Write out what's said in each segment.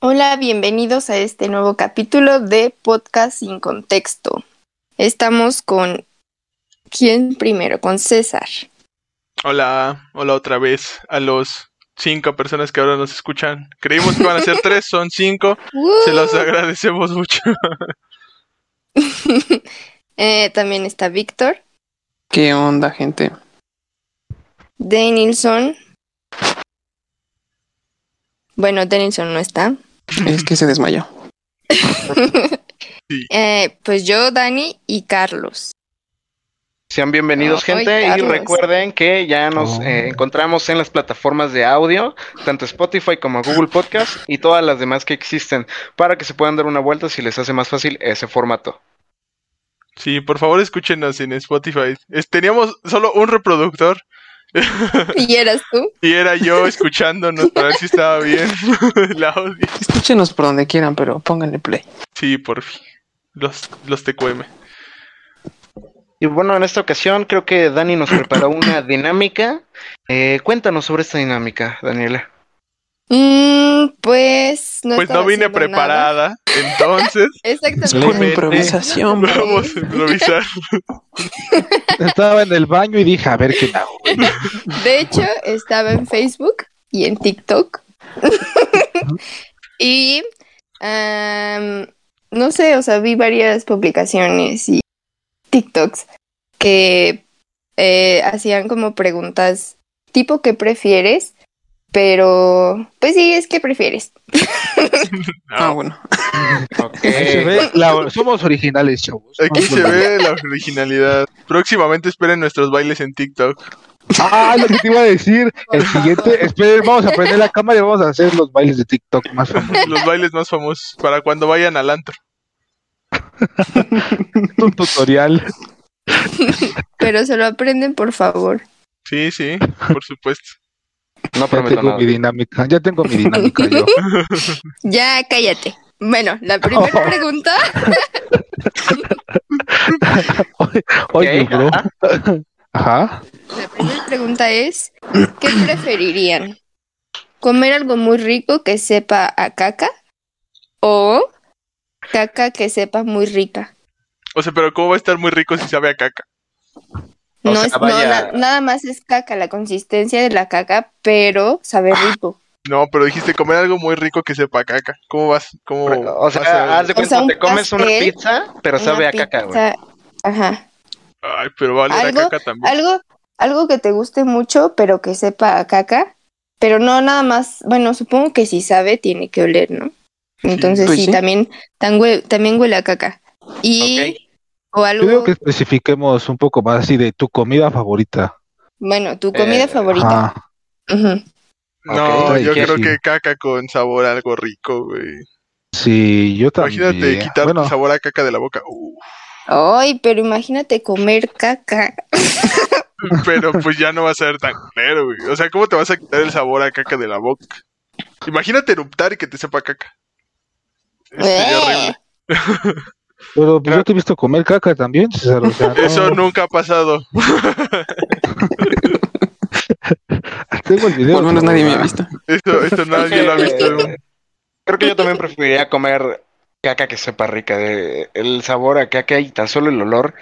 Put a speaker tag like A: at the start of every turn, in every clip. A: Hola, bienvenidos a este nuevo capítulo de Podcast sin Contexto. Estamos con... ¿Quién primero? Con César.
B: Hola, hola otra vez a los cinco personas que ahora nos escuchan. Creímos que van a ser tres, son cinco. Se los
A: Uh.
B: agradecemos mucho.
A: Eh, también está Víctor,
C: ¿Qué onda, gente?
A: Denilson. Bueno, Denilson no está.
C: Es que se desmayó.
A: Eh, pues yo, Dani y Carlos.
D: Sean bienvenidos,
A: Ay,
D: gente, y
A: Ah, Carlos.
D: recuerden que ya nos
C: Oh.
D: eh, encontramos en las plataformas de audio, tanto Spotify como Google Podcast y todas las demás que existen, para que se puedan dar una vuelta si les hace más fácil ese formato.
B: Sí, por favor escúchenos en Spotify. Es- teníamos solo un reproductor
A: ¿Y eras tú?
B: y era yo escuchándonos para ver si estaba bien el audio.
C: Escúchenos por donde quieran, pero pónganle play.
B: Sí, por fin. Los, los TQM.
D: Y bueno, en esta ocasión creo que Dani nos preparó una dinámica. Eh, cuéntanos sobre esta dinámica, Daniela.
A: Mm, pues no
B: Pues
A: estaba
B: no vine
A: haciendo nada.
B: preparada, entonces
A: Exactamente.
C: Pura
B: Excelente.
C: improvisación.
A: No.
B: vamos a improvisar.
E: Estaba en el baño y dije, a ver qué hago.
A: De hecho, estaba en Facebook y en TikTok. y am, no sé, o sea, vi varias publicaciones y TikToks que eh, hacían como preguntas tipo ¿qué prefieres? Pero, pues sí, es que prefieres.
C: Ah, bueno.
E: Ahí
D: Eh,
E: se ve la- somos originales, chavos.
B: Aquí se ve la originalidad. Próximamente esperen nuestros bailes en TikTok.
E: Ah, lo que te iba a decir. El siguiente, esperen, vamos a prender la cámara y vamos a hacer los bailes de TikTok más famosos.
B: Los bailes más famosos para cuando vayan al antro.
E: Un tutorial.
A: Pero se lo aprenden, por favor.
B: Sí, sí, por supuesto.
D: No
E: Ya
D: prometo
E: tengo
D: nada.
E: mi dinámica. Ya tengo mi dinámica yo.
A: Ya, cállate. Bueno, la primera pregunta
E: Oye,
D: Ok,
E: bro. Ajá.
A: La primera pregunta es, ¿qué preferirían? ¿Comer algo muy rico que sepa a caca o caca que sepa muy rica?
B: O sea, pero ¿cómo va a estar muy rico si sabe a caca?
D: O
A: No,
D: sea,
A: es, no, na-
D: vaya-
A: nada más es caca, la consistencia de la caca, pero sabe
D: Ah,
A: rico.
B: No, pero dijiste comer algo muy rico que sepa a caca. ¿Cómo vas? ¿Cómo
D: O
B: vas a-
D: sea, haz de
A: O sea,
D: cuenta,
A: un
D: te comes una
A: pastel,
D: pizza, pero
A: Una
D: sabe a caca, güey.
A: pizza- Ajá.
B: Ay, pero vale la
A: ¿Algo?
B: caca también.
A: Algo, algo que te guste mucho, pero que sepa a caca, pero no nada más, bueno, supongo que si sabe, tiene que oler, ¿no? Entonces
C: Pues
A: sí,
C: sí.
A: también, tan hue- también huele a caca. Y...
D: Ok.
A: O
E: Yo
A: algo,
E: digo que especifiquemos un poco más así de tu comida favorita.
A: bueno, tu comida
D: Eh,
A: favorita.
E: Ajá.
A: Ujú.
B: No,
D: Ok,
B: yo
D: sí.
B: creo que caca con sabor a algo rico, güey.
E: Sí, yo también.
B: Imagínate quitar
E: Bueno,
B: sabor a caca de la boca. Uf.
A: Ay, pero imagínate comer caca.
B: pero pues ya no va a ser tan claro, güey. O sea, ¿cómo te vas a quitar el sabor a caca de la boca? Imagínate eruptar y que te sepa a caca. Sería horrible.
A: Eh,
E: pero pues yo te he visto comer caca también, César. o sea,
B: Eso nunca ha pasado.
E: Tengo el video.
C: Por lo menos
E: pero-
C: nadie me ha visto.
B: Esto, esto nadie lo ha visto.
D: Eh, Creo que yo también preferiría comer caca que sepa rica. de- el sabor a caca y tan solo el olor.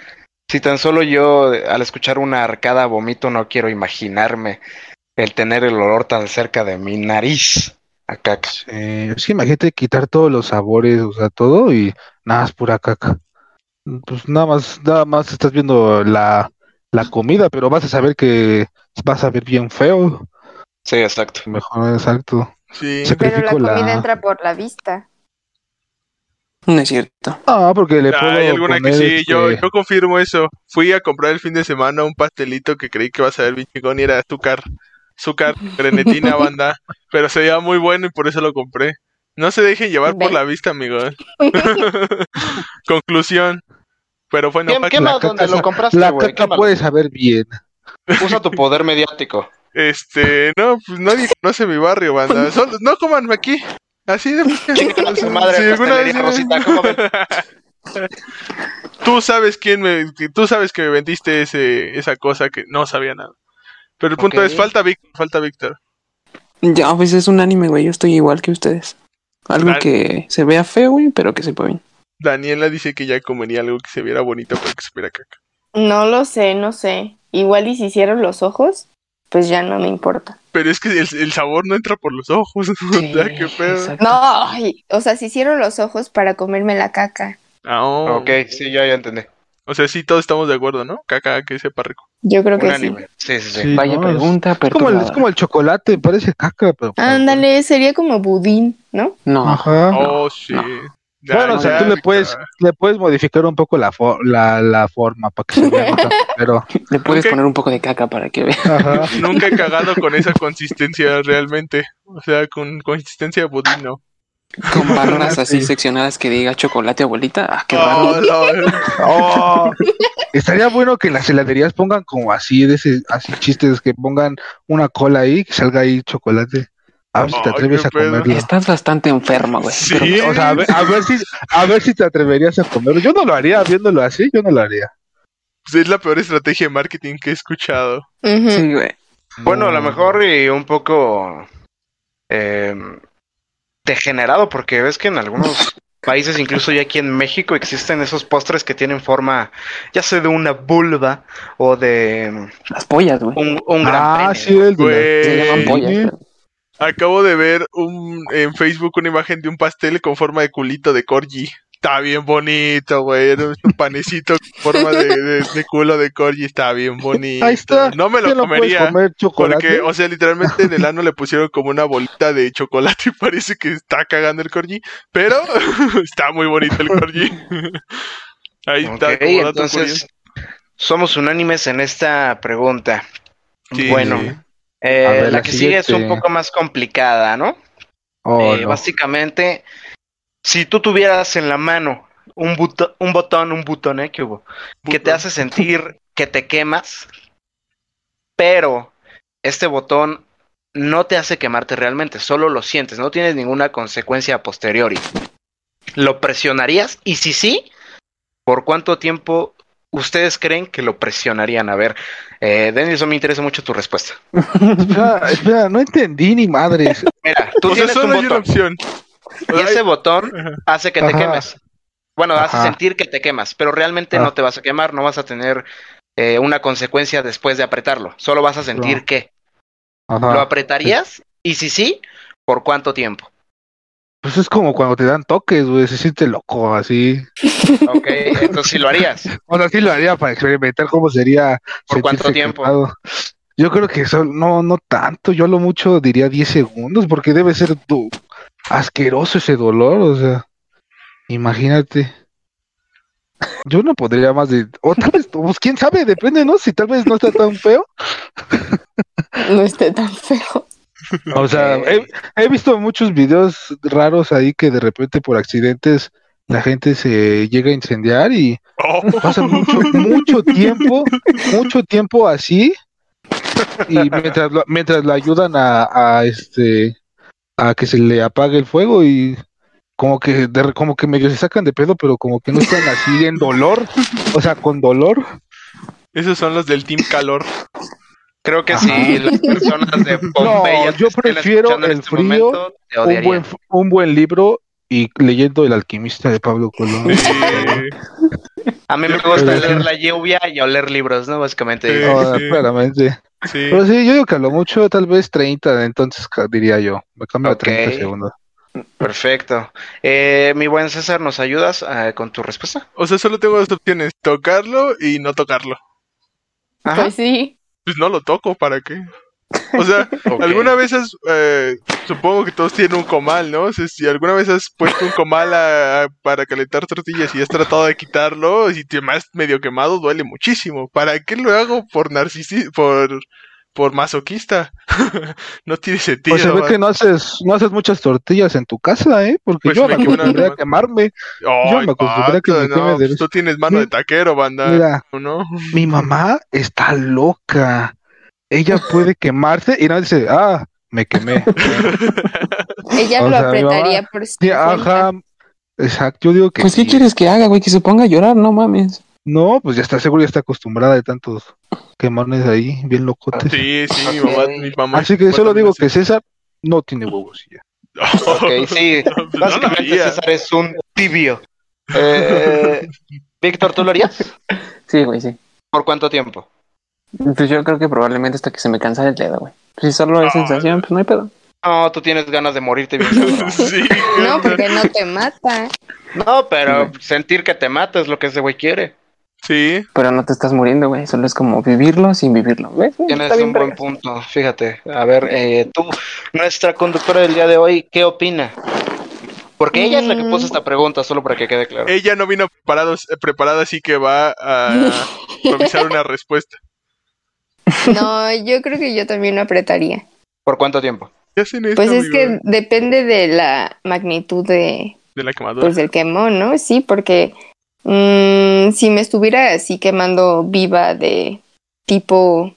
D: Si tan solo yo eh, al escuchar una arcada vomito, no quiero imaginarme el tener el olor tan cerca de mi nariz a caca.
E: Eh, es que imagínate quitar todos los sabores, o sea, todo y nada, es pura caca. Pues nada más, nada más estás viendo la, la comida, pero vas a saber que vas a ver bien feo.
D: Sí, exacto.
E: Mejor, exacto.
A: pero
B: Sí.
A: la
E: Sacrifico la-
A: comida entra por la vista.
C: No es cierto.
E: Ah, porque le puedo
B: Hay alguna que
E: poner,
B: sí, yo,
E: este,
B: yo confirmo eso. Fui a comprar el fin de semana un pastelito que creí que iba a saber bien chingón y era azúcar, azúcar, grenetina, banda. Pero se veía muy bueno y por eso lo compré. No se dejen llevar por
A: Ve.
B: la vista, amigos. Conclusión. Pero bueno,
D: ¿Qué,
B: Paco,
D: qué
E: la
D: más donde
E: caca
D: lo
E: sa-
D: compraste,
E: la
D: güey?
E: caca
D: Quémalo.
E: puede saber bien.
D: Usa tu poder mediático.
B: este, no, pues nadie conoce mi barrio, banda. Solo- no coman aquí. Así de
D: A su madre,
B: Si alguna vez-
D: pastelería Rosita, ¿cómo ven?
B: Tú sabes quién me, que- tú sabes que me vendiste ese, esa cosa que no sabía nada. Pero el punto
D: Ok.
B: es, falta Víctor, falta Víctor.
C: Ya, pues es un anime, güey. Yo estoy igual que ustedes. Algo
B: Claro.
C: que se vea feo, güey, pero que sepa bien.
B: Daniela dice que ya comería algo que se viera bonito porque supiera caca.
A: No lo sé, no sé. Igual y si hicieron los ojos, pues ya no me importa.
B: Pero es que el, el sabor no entra por los ojos. o sea, qué pedo.
C: exacto.
A: No, ay, o sea, si hicieron los ojos para comerme la caca.
B: Ah, oh.
D: Ok, sí, ya, ya entendí.
B: O sea, sí, todos estamos de acuerdo, ¿no? Caca que sepa rico.
A: Yo creo que sí.
D: Unánime. Sí, sí, sí.
E: Sí,
C: Vaya
E: no, es-
C: pregunta,
E: Es como, el, es
C: perturbadora.
E: como el chocolate, parece caca, pero. pues,
A: Ándale, sería como budín, ¿no?
C: No,
E: Ajá.
B: Oh, sí.
C: no.
B: Ya,
E: bueno, o
B: ya,
E: sea, tú le puedes, le puedes modificar un poco la, fo- la, la forma para que se vea mejor, pero.
C: le puedes
B: Ok.
C: poner un poco de caca para que vea.
E: Ajá.
B: Nunca he cagado con esa consistencia realmente. O sea, con consistencia de budín, no.
C: Con barras así seccionadas que diga chocolate abuelita. Ah, qué raro.
B: Oh, la-
E: Oh, estaría bueno que las heladerías pongan como así, de ese, así chistes, que pongan una cola ahí, que salga ahí chocolate. A ver si te
B: Ay,
E: atreves
B: qué
E: a
B: pedo.
E: comerlo.
C: Estás bastante enferma, güey.
B: Sí.
C: pero-
E: O sea, a ver, a ver si, a ver si te atreverías a comerlo. Yo no lo haría viéndolo así, yo no lo haría.
B: Pues es la peor estrategia de marketing que he escuchado.
A: Ujú.
C: sí, güey.
D: Bueno, a lo
E: No.
D: mejor y un poco eh, degenerado, porque ves que en algunos países, incluso ya aquí en México, existen esos postres que tienen forma, ya sea de una vulva o de
C: Las pollas, güey.
D: un, un gran
E: Ah,
D: pene.
E: sí, el de la-
C: Se
B: Güey,
C: llaman pollas. pero-
B: acabo de ver un, en Facebook una imagen de un pastel con forma de culito de corgi. Está bien bonito, güey. Era un panecito con forma de, de- de culo de corgi. Está bien bonito.
E: Ahí está.
B: No me lo
E: Ya no puedes
B: comería.
E: comer chocolate.
B: Porque, o sea, literalmente en el ano le pusieron como una bolita de chocolate y parece que está cagando el corgi, pero está muy bonito el corgi. Ahí está, como dato
D: Ok,
B: curioso.
D: entonces somos unánimes en esta pregunta.
B: Sí.
D: bueno, eh,
E: A ver,
D: la,
E: la
D: que sigue es un
E: siguiente.
D: poco más complicada, ¿no?
E: Oh,
D: Eh,
E: no.
D: Básicamente, si tú tuvieras en la mano un, buto- un botón, un botón, ¿eh? ¿Qué hubo? Que te
B: Botón.
D: hace sentir que te quemas, pero este botón no te hace quemarte realmente, solo lo sientes, no tienes ninguna consecuencia a posteriori. ¿Lo presionarías? Y si sí, ¿por cuánto tiempo ustedes creen que lo presionarían? A ver, eh, Denison, me interesa mucho tu respuesta.
E: Espera, espera, no entendí ni madres.
D: Mira, tú
B: O sea,
D: tienes un
B: solo hay una
D: botón.
B: opción.
D: Y ese botón
B: Ajá.
D: hace que te
E: Ajá.
D: quemes. Bueno, hace
E: Ajá.
D: sentir que te quemas, pero realmente
E: Ah.
D: no te vas a quemar, no vas a tener eh, una consecuencia después de apretarlo. Solo vas a sentir
E: Claro.
D: que lo
E: Ajá.
D: apretarías y si sí, ¿por cuánto tiempo?
E: Pues es como cuando te dan toques, güey, se siente loco así.
D: Ok, entonces sí lo harías.
E: O sea, sí lo haría para experimentar cómo sería.
D: ¿Por cuánto
E: sentirse
D: tiempo?
E: quemado. Yo creo que eso no, no tanto. Yo a lo mucho diría 10 segundos, porque debe ser du- asqueroso ese dolor. O sea, imagínate. Yo no podría más de. O tal vez, pues, quién sabe, depende, ¿no? Si tal vez no está tan feo.
A: No esté tan feo.
E: O sea,
D: Ok.
E: he, he visto muchos videos raros ahí que de repente por accidentes la gente se llega a incendiar y
B: Oh,
E: pasa mucho, mucho tiempo, mucho tiempo así. Y mientras lo, mientras lo ayudan a, a, este a que se le apague el fuego y como que de- como que medio se sacan de pedo, pero como que no están así en dolor, o sea, con dolor.
B: esos son los del Team Calor.
D: Creo que
E: Ajá.
D: si las personas de Pompeya te
E: yo
D: estén
E: prefiero
D: escuchando en
E: el
D: este
E: frío,
D: momento, te
E: Un
D: odiarían.
E: buen un buen libro y leyendo El alquimista de Pablo Colón.
B: Eh,
D: A mí me
B: yo-
D: gusta
E: yo-
D: leer la lluvia y oler libros, ¿no? Básicamente.
B: Sí.
E: Ah, claramente.
B: sí.
E: Pero sí, yo digo que a lo mucho, tal vez 30, entonces ca- diría yo. Me cambio
D: Ok.
E: a 30 segundos.
D: Perfecto. Eh, mi buen César, ¿nos ayudas eh, con tu respuesta?
B: O sea, solo tengo dos opciones, tocarlo y no tocarlo.
D: Ajá.
A: Pues sí.
B: Pues no lo toco, ¿para qué? O sea,
D: Ok.
B: ¿Alguna vez has, eh, supongo que todos tienen un comal, ¿no? O sea, si alguna vez has puesto un comal a- a- para calentar tortillas y has tratado de quitarlo y te más medio quemado, duele muchísimo. ¿Para qué lo hago por narcisista, por, por masoquista? no tiene sentido.
E: Pues se ve
B: va.
E: que no haces, no haces muchas tortillas en tu casa, ¿eh? Porque
B: Pues
E: yo
B: me
E: me
B: quemo nada
E: acostumbré a
B: más.
E: quemarme. yo
B: Ay,
E: me acostumbré a que
B: vato,
E: me queme
B: no,
E: de-
B: pues tú tienes mano de
E: Mi-
B: taquero, banda.
E: Mira,
B: ¿no?
E: mi mamá está loca. Ella puede quemarse y no dice, ah, me quemé.
A: Ella
E: O
A: lo
E: sea, mi
A: apretaría por
E: Sí,
A: su cuenta.
E: Ajá. Exacto, yo digo que.
C: Pues, ¿qué
E: sí.
C: quieres que haga, güey? Que se ponga a llorar, no mames.
E: No, pues ya está seguro, ya está acostumbrada de tantos quemones ahí, bien locotes.
B: Sí, sí, mi mamá, mi mamá.
E: Así que solo
B: también
E: digo
B: hace-
E: que César no tiene huevos y ya.
D: Ok, sí.
B: No, pues, no lo
D: Básicamente
B: haría.
D: César es un tibio. Eh, Víctor, ¿tú lo harías?
C: Sí, güey, sí.
D: ¿Por cuánto tiempo?
C: Pues yo creo que probablemente hasta que se me cansa el dedo, güey. Si solo
B: Ah.
C: es sensación, pues no hay pedo.
D: No, tú tienes ganas de morirte bien. cabrón.
B: Sí,
A: No,
B: güey.
A: porque no te mata.
D: No, pero sentir que te mata es lo que ese güey quiere.
B: Sí.
C: Pero no te estás muriendo, güey. Solo es como vivirlo sin vivirlo, ¿ves?
D: Tienes
C: Está bien,
D: un buen
C: verga.
D: punto, fíjate. A ver, eh, tú, nuestra conductora del día de hoy, ¿qué opina? Porque ella es la que
A: Mm.
D: puso esta pregunta, solo para que quede claro.
B: Ella no vino preparados- eh, preparada, así que va a improvisar una respuesta.
A: No, yo creo que yo también lo apretaría.
D: ¿Por cuánto tiempo?
B: ¿Qué hacen esto,
A: Pues es
B: amigo?
A: que depende de la magnitud de,
B: De la quemadura.
A: pues, del quemón, ¿no? Sí, porque mm, si me estuviera así quemando viva de tipo,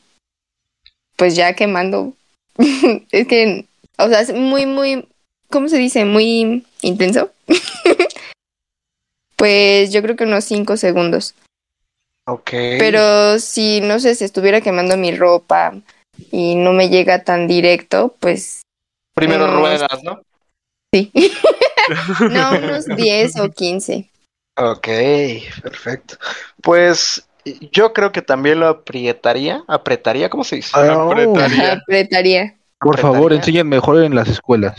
A: pues ya quemando, es que, o sea, es muy, muy, ¿cómo se dice? Muy intenso. pues yo creo que unos 5 segundos.
D: Ok.
A: Pero si, no sé, se estuviera quemando mi ropa y no me llega tan directo, pues
D: Primero
A: Mm.
D: ruedas, ¿no?
A: sí. no, unos 10 o 15.
D: Ok, perfecto. Pues yo creo que también lo apretaría. ¿Apretaría? ¿Cómo se dice?
B: Apretaría.
A: Ajá, Apretaría.
E: Por favor,
D: Apretaría.
E: enseñen mejor en las escuelas.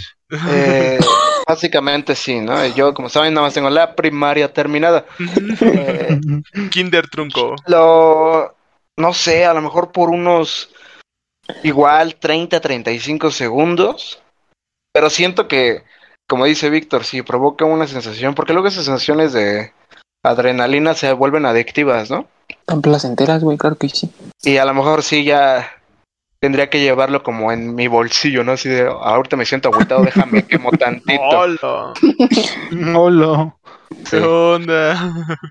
D: Eh, básicamente sí, ¿no? Yo, como saben, nada más tengo la primaria terminada.
A: pues
D: Eh,
B: Kinder trunco.
D: Lo. No sé, a lo mejor por unos. Igual 30, 35 segundos. Pero siento que, como dice Víctor, sí provoca una sensación. Porque luego esas sensaciones de adrenalina se vuelven adictivas, ¿no?
C: Tan placenteras, güey, claro que sí.
D: Y a lo mejor sí ya tendría que llevarlo como en mi bolsillo, ¿no? Así de, ahorita me siento agüitado, déjame quemo tantito.
B: Hola.
E: Hola.
B: ¿Qué onda?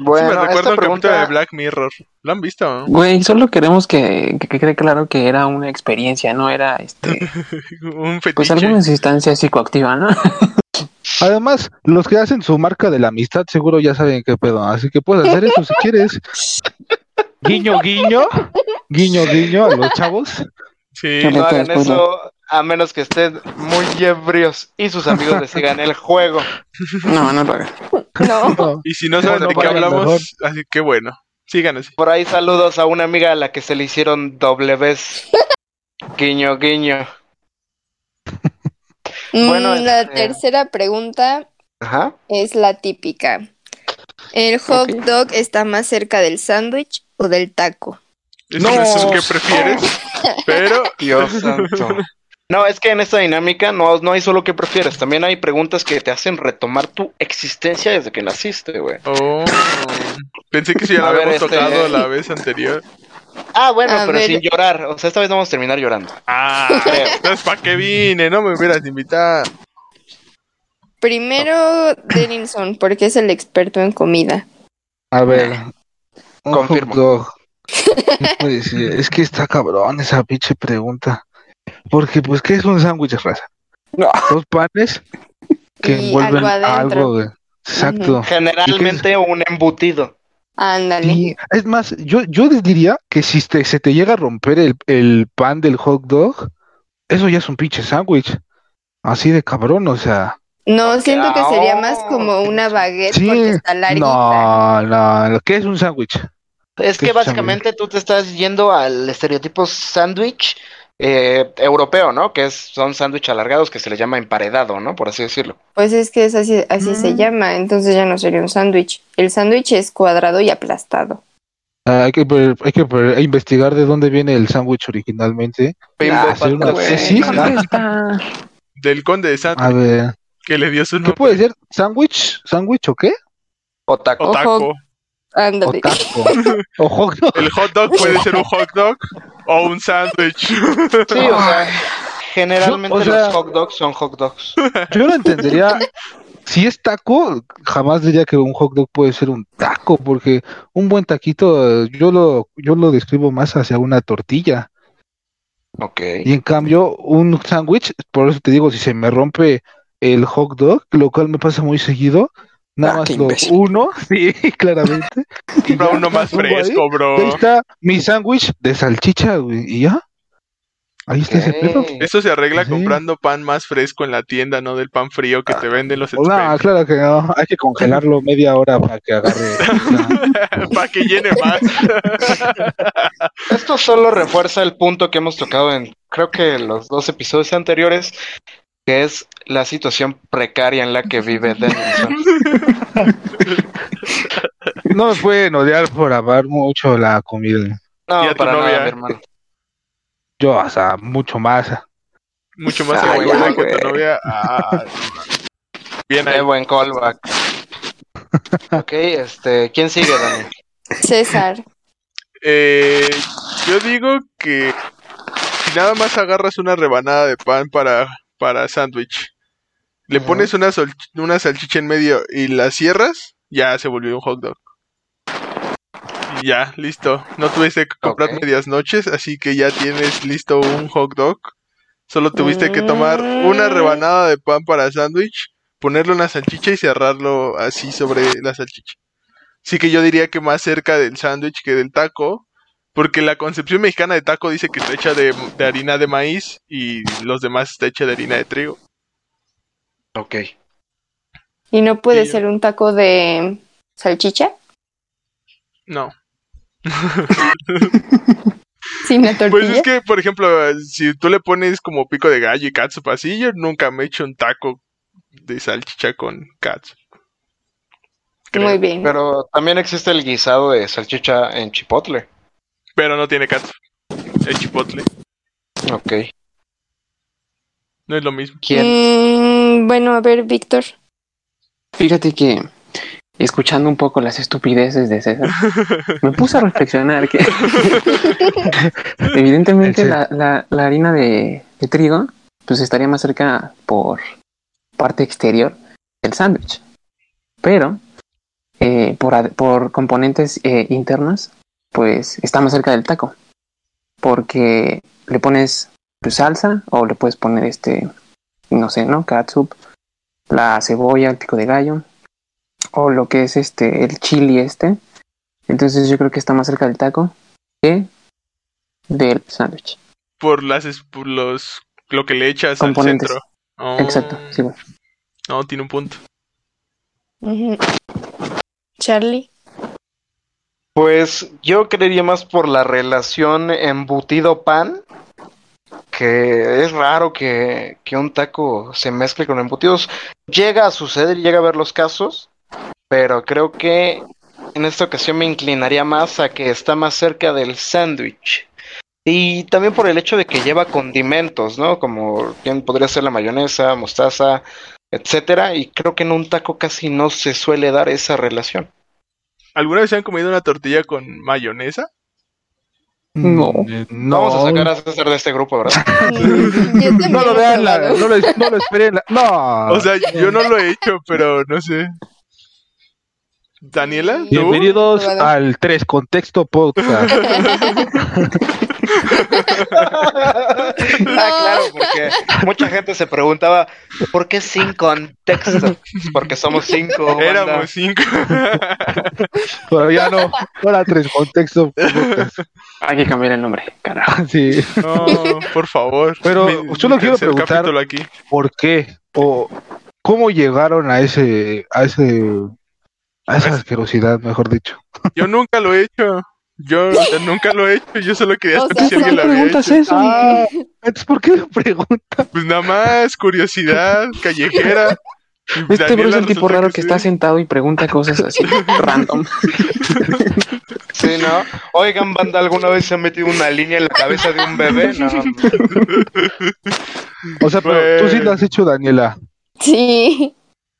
B: Sí,
D: Bueno,
B: me recuerda
D: esta
B: un capítulo
D: pregunta...
B: de Black Mirror. ¿Lo han visto? no?
C: Güey, solo queremos que, que- que quede claro que era una experiencia, no era, este,
B: Un fetiche.
C: pues alguna sustancia psicoactiva, ¿no?
E: Además, los que hacen su marca de la amistad seguro ya saben qué pedo, así que puedes hacer eso si quieres. Guiño, guiño, guiño, guiño a los chavos.
B: Sí.
C: Chale.
D: No
C: Neta,
D: hagan
C: después no.
D: eso a menos que estén muy ebrios y sus amigos les sigan el juego.
C: No, no lo hagas.
A: No.
E: No,
B: Y si no
E: No,
B: saben
E: no,
B: de qué
E: para mejor.
B: hablamos, así que bueno. Síganos.
D: Por ahí saludos a una amiga a la que se le hicieron doble vez. Guiño, guiño. Bueno,
A: Mm, la
D: este-
A: tercera pregunta
D: Ajá.
A: es la típica. ¿El hot
C: Ok.
A: dog está más cerca del sándwich o del taco?
B: Es
D: No.
B: que eso es que prefieres. Pero
D: Dios santo. No, es que en esta dinámica no, no hay solo que prefieres. También hay preguntas que te hacen retomar tu existencia desde que naciste, güey.
B: Oh. Pensé que si ya lo
D: A ver,
B: habíamos
D: este-
B: tocado la vez anterior.
D: Ah, bueno,
A: A
D: pero
A: ver.
D: sin llorar. O sea, esta vez no vamos a terminar llorando.
B: Ah,
D: creo.
B: entonces ¿para qué vine? No me hubieras invitado.
A: Primero Denilson, porque es el experto en comida.
E: a ver. un
D: Confirmo.
E: hot dog. ¿Qué puedo decir? Es que está cabrón esa pinche pregunta. Porque, pues, ¿qué es un sándwich, raza?
C: No.
E: Dos panes que
A: Y
E: envuelven
A: algo adentro.
E: algo. güey. Exacto.
D: Generalmente un embutido.
A: Ándale.
E: Sí, es más, yo, yo les diría que si te- se te llega a romper el, el pan del hot dog, eso ya es un pinche sándwich. Así de cabrón, o sea.
A: No, siento que sería más
D: Ah,
A: como una baguette
E: Sí.
A: porque está larguita.
E: No, no, lo que es un sándwich.
D: Es que
E: Escúchame.
D: básicamente tú te estás yendo al estereotipo sándwich eh, europeo, ¿no? Que es, son sándwich alargados que se le llama emparedado, ¿no? Por así decirlo.
A: Pues es que es así, así se
E: Mm.
A: llama, entonces ya no sería un sándwich. El sándwich es cuadrado y aplastado.
E: Ah, hay que, ver- hay que ver- investigar de dónde viene el sándwich originalmente.
D: Bimbo
E: hacer una
D: pato, güey.
E: tesis,
D: No,
E: ¿no?
C: Contesta.
B: Del conde de San
E: A ver,
B: que le dio su
E: ¿qué
B: nombre.
E: puede ser? ¿Sándwich? ¿Sándwich o qué?
D: o taco.
B: O taco.
A: Ojo.
E: O
A: Ándale.
E: taco. O hot dog.
B: El hot dog puede ser un hot dog o un sándwich.
D: Sí, o sea, generalmente
E: Yo, o sea-
D: los hot dogs son hot dogs.
E: Yo no entendería. Si es taco, jamás diría que un hot dog puede ser un taco, porque un buen taquito eh, yo lo, yo lo describo más hacia una tortilla.
D: Ok.
E: Y en cambio, un sándwich, por eso te digo, si se me rompe el hot dog, lo cual me pasa muy seguido, nada
C: Ah,
E: más
C: qué
E: lo
C: imbécil.
E: uno, sí, claramente. y
B: Compra
E: ya,
B: uno más
E: pongo ahí,
B: fresco,
E: Ahí
B: bro.
E: está mi sándwich de salchicha, güey, y ya. Ahí está ese pedo.
D: Ok.
B: Esto se arregla
E: Sí.
B: comprando pan más fresco en la tienda, no del pan frío que te venden los
E: No,
B: expendios.
E: Pues claro que no. Hay que congelarlo media hora para que agarre.
B: Para que llene más.
D: Esto solo refuerza el punto que hemos tocado en creo que los dos episodios anteriores, que es la situación precaria en la que vive Denison.
E: No me pueden odiar por amar mucho la comida.
B: Y a
D: No,
B: tu
D: para nada,
B: novia.
D: mi hermano.
E: Yo, o sea, mucho más.
B: Mucho más
D: Ah,
B: seguro
D: ya,
B: que tu
D: güey.
B: novia. Ah, bien
D: Qué
B: ahí.
D: buen callback. Ok, este, ¿quién sigue, Dani?
A: César.
B: Eh, yo digo que si nada más agarras una rebanada de pan para, para sándwich, le
D: Ajá.
B: pones una, sol- una salchicha en medio y la cierras, ya se volvió un hot dog. Y ya, listo. No tuviste que comprar
D: Ok.
B: medias noches, así que ya tienes listo un hot dog. Solo tuviste que tomar
A: Mm.
B: una rebanada de pan para sándwich, ponerlo en la salchicha y cerrarlo así sobre la salchicha. Así que yo diría que más cerca del sándwich que del taco, porque la concepción mexicana de taco dice que está hecha de, de harina de maíz y los demás está hecha de harina de trigo.
D: Ok.
A: ¿Y no puede
B: Sí.
A: ser un taco de salchicha?
B: No.
A: Sin la
B: Pues
A: tortilla.
B: es que, por ejemplo, si tú le pones como pico de gallo y catsup así, yo nunca me he hecho un taco de salchicha con catsup. creo.
A: Muy bien.
D: Pero también existe el guisado de salchicha en chipotle.
B: Pero no tiene catsup. Es chipotle.
D: Ok.
B: No es lo mismo.
D: ¿Quién?
A: Mm, bueno, a ver, Víctor.
C: Fíjate que escuchando un poco las estupideces de César, me puse a reflexionar que evidentemente
E: El
C: la, la- la harina de, de trigo pues estaría más cerca por parte exterior del sándwich. Pero eh, por, ad- por componentes eh, internos, pues está más cerca del taco. Porque le pones pues, salsa o le puedes poner este, no sé, ¿no? Katsup, la cebolla, el pico de gallo o lo que es este, el chili este. Entonces yo creo que está más cerca del taco que del sándwich.
B: Por las es- por los lo que le echas al
C: Componentes.
B: centro. Oh,
C: Exacto, sí, güey.
B: No, tiene un punto.
A: Ujú. Charlie.
D: Pues yo creería más por la relación embutido pan, que es raro que, que un taco se mezcle con embutidos. Llega a suceder y llega a ver los casos, pero creo que en esta ocasión me inclinaría más a que está más cerca del sándwich. Y también por el hecho de que lleva condimentos, ¿no? Como bien podría ser la mayonesa, mostaza, etcétera. Y creo que en un taco casi no se suele dar esa relación.
B: ¿Alguna vez se han comido una tortilla con mayonesa?
C: No.
E: Mm, No.
D: Vamos a sacar a César de este grupo, ¿verdad?
A: Mm, yo también
E: No lo
A: he
E: vean, la-
A: probado.
E: no, lo, es- no lo esperen. la- No.
B: O sea, yo no lo he hecho, pero no sé. ¿Daniela? ¿Tú?
E: Bienvenidos
A: Probado.
E: al 3 Contexto Podcast.
D: Ah, claro, porque mucha gente se preguntaba, ¿por qué sin contexto? Porque somos cinco. banda.
B: Oh, Éramos cinco.
E: Pero ya no. Ahora 3 Contexto Podcast.
C: Hay que cambiar el nombre, carajo.
E: Sí.
B: No, por favor.
E: Pero yo lo quiero
B: tercer
E: preguntar-
B: capítulo aquí.
E: ¿Por qué? ¿O cómo llegaron a ese. a ese. a esa asquerosidad, mejor dicho?
B: Yo nunca lo he hecho. Yo o sea, nunca lo he hecho. Yo solo quería
A: O
B: saber
A: sea,
B: si alguien
A: ¿por
B: lo había hecho.
C: eso?
E: Ah, entonces, ¿por qué lo preguntan?
B: Pues nada más, curiosidad, callejera. Y
C: Este
B: Daniela
C: bro es el tipo
B: resulta
C: raro
B: que
C: que, está
B: sí.
C: sentado y pregunta cosas así random.
D: Sí, ¿no? Oigan, banda, ¿alguna vez se ha metido una línea en la cabeza de un bebé? No.
E: O sea, pero tú sí lo has hecho, Daniela.
A: Sí.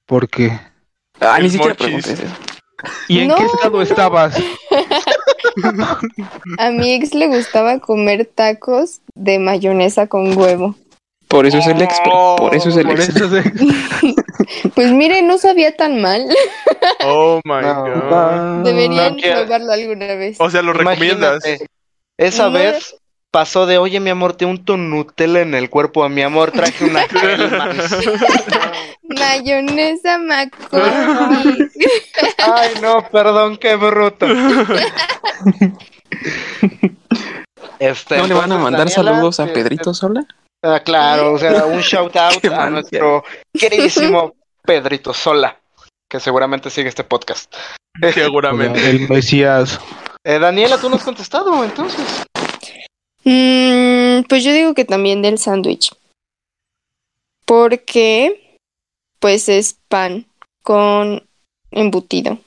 E: ¿Por qué?
C: Ah,
B: El
C: ni siquiera
B: mochis.
C: preguntes eso.
E: ¿Y en
A: No,
E: qué estado
A: no.
E: estabas?
A: A mi ex le gustaba comer tacos de mayonesa con huevo.
C: Por eso es el expo. Por eso es el
E: Por
C: expo.
E: eso se-
A: Pues mire, no sabía tan mal.
B: Oh my
D: No.
B: god.
E: Ah,
A: Deberían
D: quiero. Oh.
A: probarlo alguna vez.
B: O sea, lo recomiendas.
D: Imagínate, Esa
A: No.
D: vez pasó de, oye, mi amor, te unto Nutella en el cuerpo a mi amor, traje una Hellmann's".
A: Mayonesa McCormick.
D: Ay, no, perdón, qué bruto. Este,
C: ¿No le van a
D: entonces,
C: mandar
D: Daniela, este,
C: saludos a
D: te-
C: Pedrito Sola?
D: Ah, claro, o sea, un shout out
C: Qué
D: a
C: mal,
D: nuestro queridísimo Pedrito Sola, que seguramente sigue este podcast.
B: Seguramente.
E: El Mesías.
D: Eh, Daniela, tú no has contestado, entonces.
A: Mm, pues yo digo que también del sándwich. Porque, pues es pan con embutido.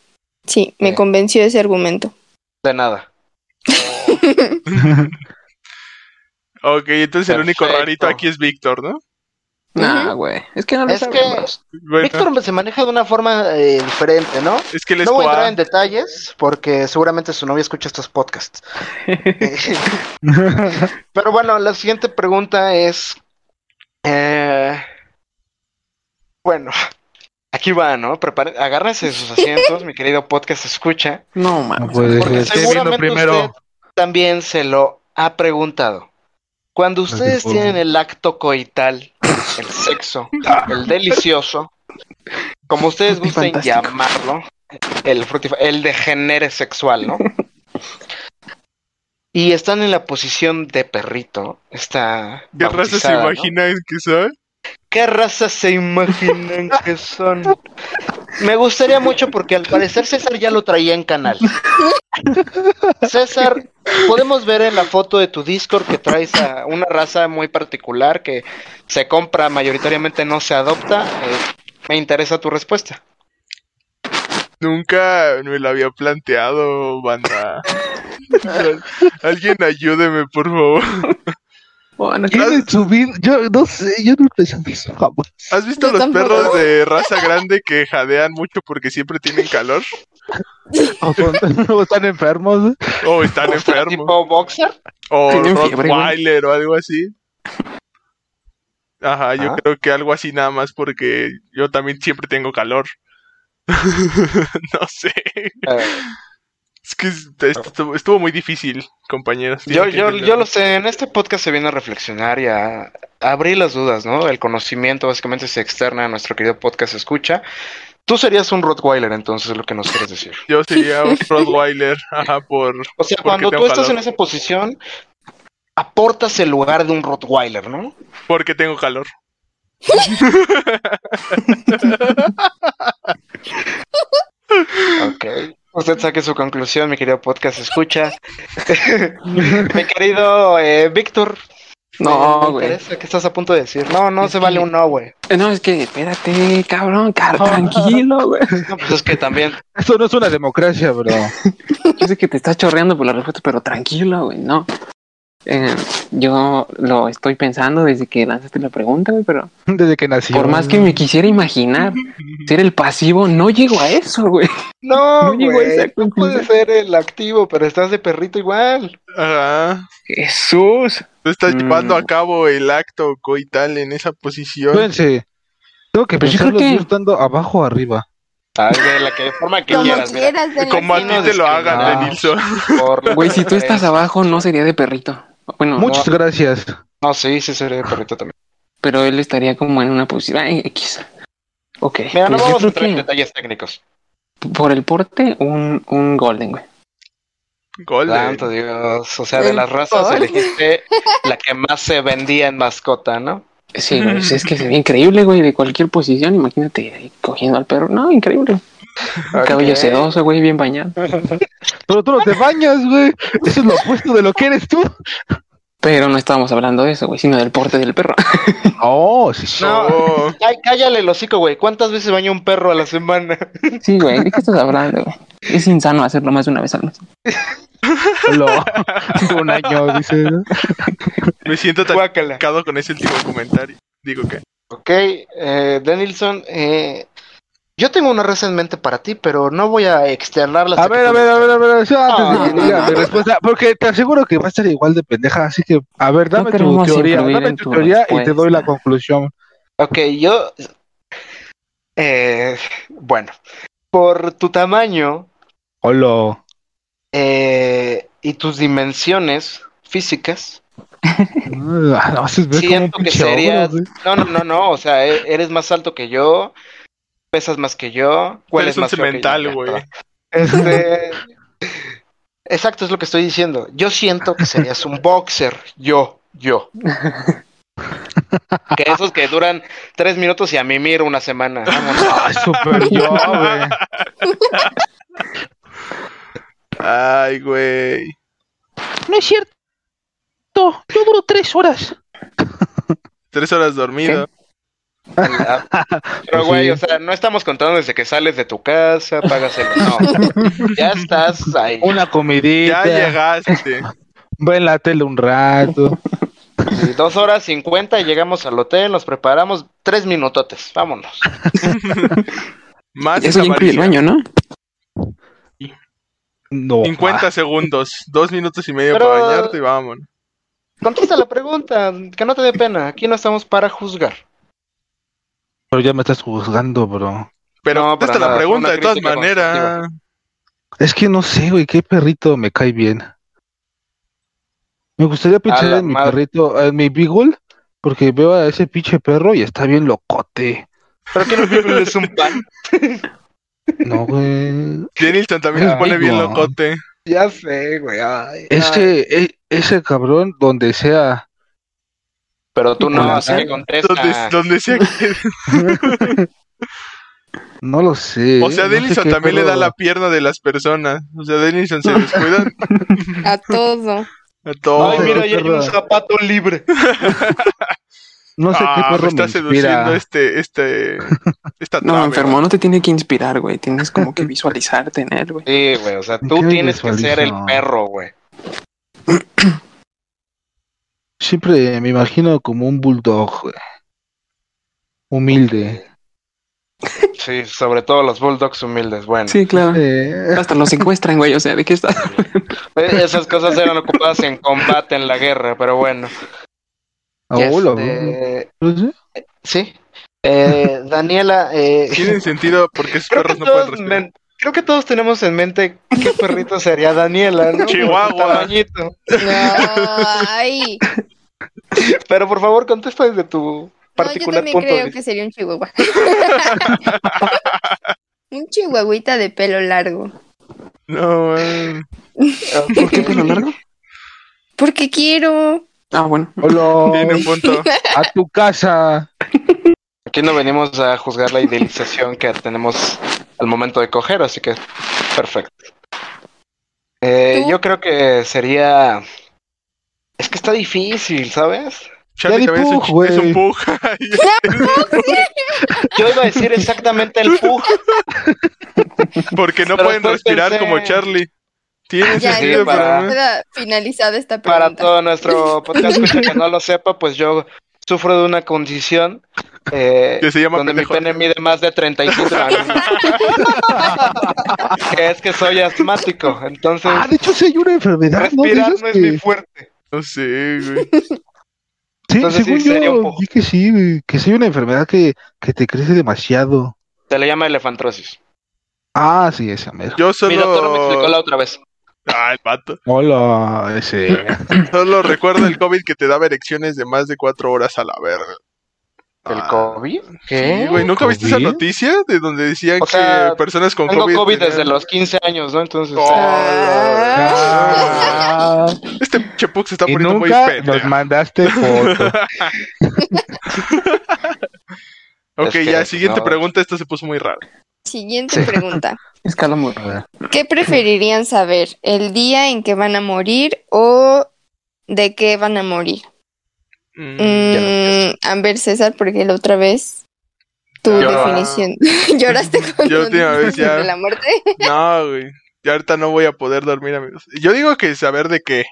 A: Sí, me
D: Sí.
A: convenció ese argumento.
D: De nada.
B: Ok, entonces el único
D: Perfecto.
B: rarito aquí es Víctor, ¿no?
C: Nah, güey. Es que no lo
D: Es que-
C: sabemos.
B: Bueno,
D: Víctor se maneja de una forma eh, diferente, ¿no?
B: es que él es
D: No voy a
B: coa.
D: entrar en detalles porque seguramente su novia escucha estos podcasts. Pero bueno, la siguiente pregunta es. eh, bueno, aquí va, ¿no? Prepare- agárrense de sus asientos, mi querido podcast escucha.
C: No,
E: No
C: mames.
E: puede
D: Porque
E: ser.
B: estoy viendo
D: seguramente
B: primero.
D: usted también se lo ha preguntado. Cuando ustedes
E: por-
D: tienen el acto coital, el sexo, el delicioso, como ustedes gusten
C: Fantástico.
D: llamarlo, el, fructif- el degenere sexual, ¿no? Y están en la posición de perrito. Está
B: ¿Qué raza se
D: bautizada, ¿no?
B: imagina que son?
D: ¿Qué raza se imaginan que son? Me gustaría mucho porque al parecer César ya lo traía en canal. César, podemos ver en la foto de tu Discord que traes a una raza muy particular que se compra mayoritariamente, no se adopta. Eh, me interesa tu respuesta.
B: Nunca me lo había planteado, banda. Alguien ayúdeme, por favor.
C: Oh, no,
E: ¿Quieren subir? Yo no sé, yo no he pensado eso jamás.
B: ¿Has visto
A: Yo
B: los
A: tampoco.
B: perros de raza grande que jadean mucho porque siempre tienen calor?
E: O son- o están enfermos.
B: O están enfermos.
D: Este ¿Tipo boxer?
B: O
C: Tienen fiebre, güey.
B: Rottweiler o algo así. Ajá, yo
D: Ah.
B: creo que algo así nada más porque yo también siempre tengo calor. no sé.
D: Eh,
B: Es que es- estuvo, estuvo muy difícil, compañeros.
D: yo,
B: Tienen que
D: yo, yo
B: entenderlo.
D: lo sé, en este podcast se viene a reflexionar y a a abrir las dudas, ¿no? El conocimiento básicamente se externa a nuestro querido podcast escucha. Tú serías un Rottweiler, entonces, es lo que nos quieres decir.
B: Yo sería un Rottweiler, ajá, por...
D: O sea,
B: Porque
D: cuando
B: tengo
D: tú estás
B: calor.
D: en esa posición, aportas el lugar de un Rottweiler, ¿no?
B: porque tengo calor.
D: Ok. Usted saque su conclusión, mi querido podcast, escucha. mi querido eh, Víctor. me-
C: No,
D: me
C: güey.
D: interesa ¿Qué estás a punto de decir? No, no se vale un no, güey.
C: No, es que espérate, cabrón, car- tranquilo, güey.
D: No, pues es que también.
E: Eso no es una democracia, bro.
C: Yo sé que te estás chorreando por la respuesta, pero tranquilo, güey, no. Eh, yo lo estoy pensando desde que lanzaste la pregunta, güey, pero
E: Desde que nací.
C: por más que me quisiera imaginar ser el pasivo, no llego a eso, güey.
D: No,
C: No llegó a
D: güey,
C: esa
D: tú puedes ser el activo, pero estás de perrito igual.
B: Ajá.
C: Jesús.
B: Tú estás
C: Mm.
B: llevando a cabo el acto coital en esa posición.
D: Pues,
E: Espérense. Tengo que
C: Pues yo
E: pensar
C: creo
E: los
C: que-
E: míos estando abajo o arriba.
D: Ay, Ah, de la que, forma que
A: Como
D: quieras. mira.
A: quieras, Daniel.
B: Como a
D: sí, no
B: ti te lo hagan,
D: discriminamos.
B: Denilson.
D: Por-
C: Güey, si tú estás abajo, no sería de perrito. Bueno,
E: Muchas gracias.
D: No, sí, sí, sería de perrito también.
C: pero él estaría como en una posición ah, X. Ok.
D: Mira, no
C: pues yo
D: vamos a
C: creo
D: entrar en
C: que
D: detalles técnicos.
C: por el porte, un, un golden, güey.
B: Golden.
D: Santo Dios, o sea, de
A: El
D: las razas
A: por.
D: elegiste la que más se vendía en mascota, ¿no?
C: Sí, güey, pues es que se ve increíble, güey, de cualquier posición. Imagínate ahí cogiendo al perro. No, increíble. Cabello
D: Ok.
C: sedoso, güey, bien bañado.
E: Pero tú no te bañas, güey. Eso es lo opuesto de lo que eres tú.
C: Pero no estábamos hablando de eso, güey, sino del porte del perro.
E: Oh, sí, sí.
D: No.
B: Oh,
D: Ay, cállale el hocico, güey. ¿Cuántas veces baña un perro a la semana?
C: Sí, güey, ¿de qué estás hablando, güey? Es insano hacerlo más de una vez al mes.
E: Lo- de un año, dice. ¿no?
B: me siento tan
D: Guácala.
B: atacado con ese último comentario. Digo que.
D: Ok, eh, Denilson, eh, yo tengo una raza en mente para ti, pero no voy a externarla. hasta
E: A
D: que
E: ver,
D: tú-
E: a ver, a ver, a ver. eso Antes
D: No,
E: de que
D: no,
E: diga
C: no,
E: mi
C: no.
E: respuesta. Porque te aseguro que va a estar igual de pendeja. Así que, a ver,
C: No
E: dame tu
C: queremos
E: teoría.
C: influir
E: Dame
C: en
E: tu
C: tu
E: teoría y te
C: respuesta.
E: doy la conclusión.
D: Ok, yo. eh, bueno, por tu tamaño
E: Hola.
D: eh, y tus dimensiones físicas,
E: Ah, No, se ve como un
D: Siento que
E: pinche ogro,
D: serías.
E: güey.
D: No, no, no, no. O sea, e- eres más alto que yo. Pesas más que yo.
B: Eres
D: Hueles
B: un
D: más feo que yo,
B: cemental,
D: ya,
B: güey.
D: perdón. Este. Exacto, es lo que estoy diciendo. Yo siento que serías un boxer. Yo, yo. Que esos que duran tres minutos y a mí miro una semana. Vámonos.
E: Ay, super yo, güey.
B: Ay, güey.
E: No es cierto. Yo duro tres horas.
B: Tres horas dormido.
D: Pero,
E: Pues
D: güey,
E: sí.
D: o sea, no estamos contando desde que sales de tu casa, pagas el... No, ya estás ahí.
E: Una
B: Ya
E: comidita.
B: llegaste.
E: Ve la tele un rato.
D: Y Dos horas cincuenta y llegamos al hotel, nos preparamos tres minutotes, vámonos.
B: Más
C: Eso ya incluye el
B: amarillo.
C: baño, ¿no?
E: No.
B: 50 segundos, dos minutos y medio
D: Pero-
B: para bañarte y vámonos.
D: Contesta la pregunta, que no te dé pena, aquí no estamos para juzgar.
E: Pero ya me estás juzgando, bro.
B: Pero
D: No, para
B: contesta la
D: nada, fue
B: pregunta
D: una
B: de todas
D: crítica
B: maneras.
E: Es que no sé, güey, qué perrito me cae bien. Me gustaría pinchar
D: la
E: en mi
D: madre.
E: perrito, en mi beagle, porque veo a ese pinche perro y está bien locote.
D: Pero que no es un pan.
E: No, güey.
B: Denilson también se
D: Ah,
B: pone bien
E: digo.
B: locote.
D: Ya sé, güey. ay, ay.
E: Ese, e- ese cabrón, donde sea,
D: Pero tú no,
E: Hola,
D: así que
E: ¿eh?
B: Donde,
D: contesta.
B: donde sea que-
E: no lo sé.
B: O sea,
E: no sé
B: Denilson
E: qué
B: también le
E: perro-
B: da la pierna de las personas. O sea, Denilson se descuida
A: A todo.
B: a todo.
D: Ay, mira, ya hay un
E: perra.
D: zapato libre.
E: No sé qué
B: Ah,
E: perro
B: me
E: me
B: está seduciendo
E: inspira.
B: este, este, esta
C: No,
B: trama.
C: enfermo, no te tiene que inspirar, güey. Tienes como que visualizarte en él, güey.
D: Sí, güey, o sea,
E: ¿En
D: tú
E: qué me
D: tienes que ser el
E: visualizo?
D: perro, güey.
E: Siempre me imagino como un bulldog, güey. Humilde.
D: Sí, sobre todo los bulldogs humildes, bueno.
C: Sí, claro.
E: Eh,
C: Hasta lo secuestran, güey. O sea, ¿de qué estás?
D: Eh, Esas cosas eran ocupadas en combate, en la guerra, pero bueno.
E: hola,
D: Este,
E: bro.
D: Sí. Eh, Daniela, eh,
B: Tienen sentido porque esos
D: creo, que
B: perros no pueden
D: todos
B: respirar.
D: men- creo que todos tenemos en mente qué perrito sería Daniela, ¿no?
B: Chihuahua.
D: Tamañito.
A: No, ay.
D: Pero por favor, contesta desde tu
A: No, yo
D: particular
A: también
D: punto de
A: creo
D: vista.
A: que sería un chihuahua. un chihuahuita de pelo largo.
B: No, man.
C: ¿Por qué pelo largo?
A: Porque quiero.
C: Ah, bueno.
B: Tiene
E: Hola,
B: un punto.
E: a tu casa.
D: Aquí no venimos a juzgar la idealización que tenemos al momento de coger, así que perfecto. Eh,
A: ¿Tú?
D: yo creo que sería... Es que está difícil, ¿sabes?
B: Charlie
E: di
B: también es un,
E: pug,
B: ch- es un
E: güey.
B: pug.
D: Yo iba a decir exactamente el pug.
B: Porque no
D: Pero
B: pueden
D: después
B: respirar
D: pensé-
B: como Charlie. Tiene
A: Ya,
D: sí,
B: sentido,
A: entonces,
D: para-
B: pero no.
A: queda finalizada esta
D: Para
A: pregunta.
D: todo nuestro podcast, escucha que no lo sepa, pues yo sufro de una condición eh,
B: Que se llama
D: donde mi
B: pendejo.
D: pene mide más de 35 años. que es que soy asmático, entonces
E: Ah, de hecho, sí hay una enfermedad, ¿no? De
D: respirar
E: esas
D: no es
E: que-
D: mi fuerte.
B: No sé, güey.
E: Sí,
D: Entonces, sí,
E: según
D: sería un
E: yo,
D: poco.
E: vi que sí, güey, que sí hay una enfermedad que, que te crece demasiado.
D: Se le llama elefantrosis.
E: Ah, sí, esa mera.
B: Yo
D: Mi doctor me explicó
B: solo.
D: la otra vez.
B: Ah, el pato.
E: Hola, ese.
B: Solo recuerdo el COVID que te daba erecciones de más de cuatro horas a la verga.
D: ¿El
B: Ah,
D: COVID?
B: sí,
D: ¿Qué?
B: güey, ¿nunca viste esa
E: ¿COVID?
B: noticia? De donde decían
D: O sea,
B: que personas con
D: Tengo COVID,
B: COVID.
D: desde
B: tenían-
D: los 15 años, ¿no? Entonces,
B: Oh,
A: Ah.
E: Ah,
B: Este chepuk se está
E: y
B: poniendo muy
E: nunca
B: pendejo.
E: nos mandaste foto.
B: Ok,
D: Es que,
B: ya,
D: pues,
B: siguiente
D: no.
B: pregunta. Esta se puso muy rara.
A: Siguiente pregunta.
C: Escala muy.
A: ¿Qué preferirían saber? ¿El día en que van a morir o de qué van a morir?
B: Mm,
D: Eh,
A: Mm, Amber César, porque la otra vez tu
B: Yo-
A: definición. ¿Lloraste con
B: Yo
A: tu
B: última vez
A: definición
B: ya.
A: de la muerte?
B: No, güey. Ya ahorita no voy a poder dormir, amigos. Yo digo que saber de qué.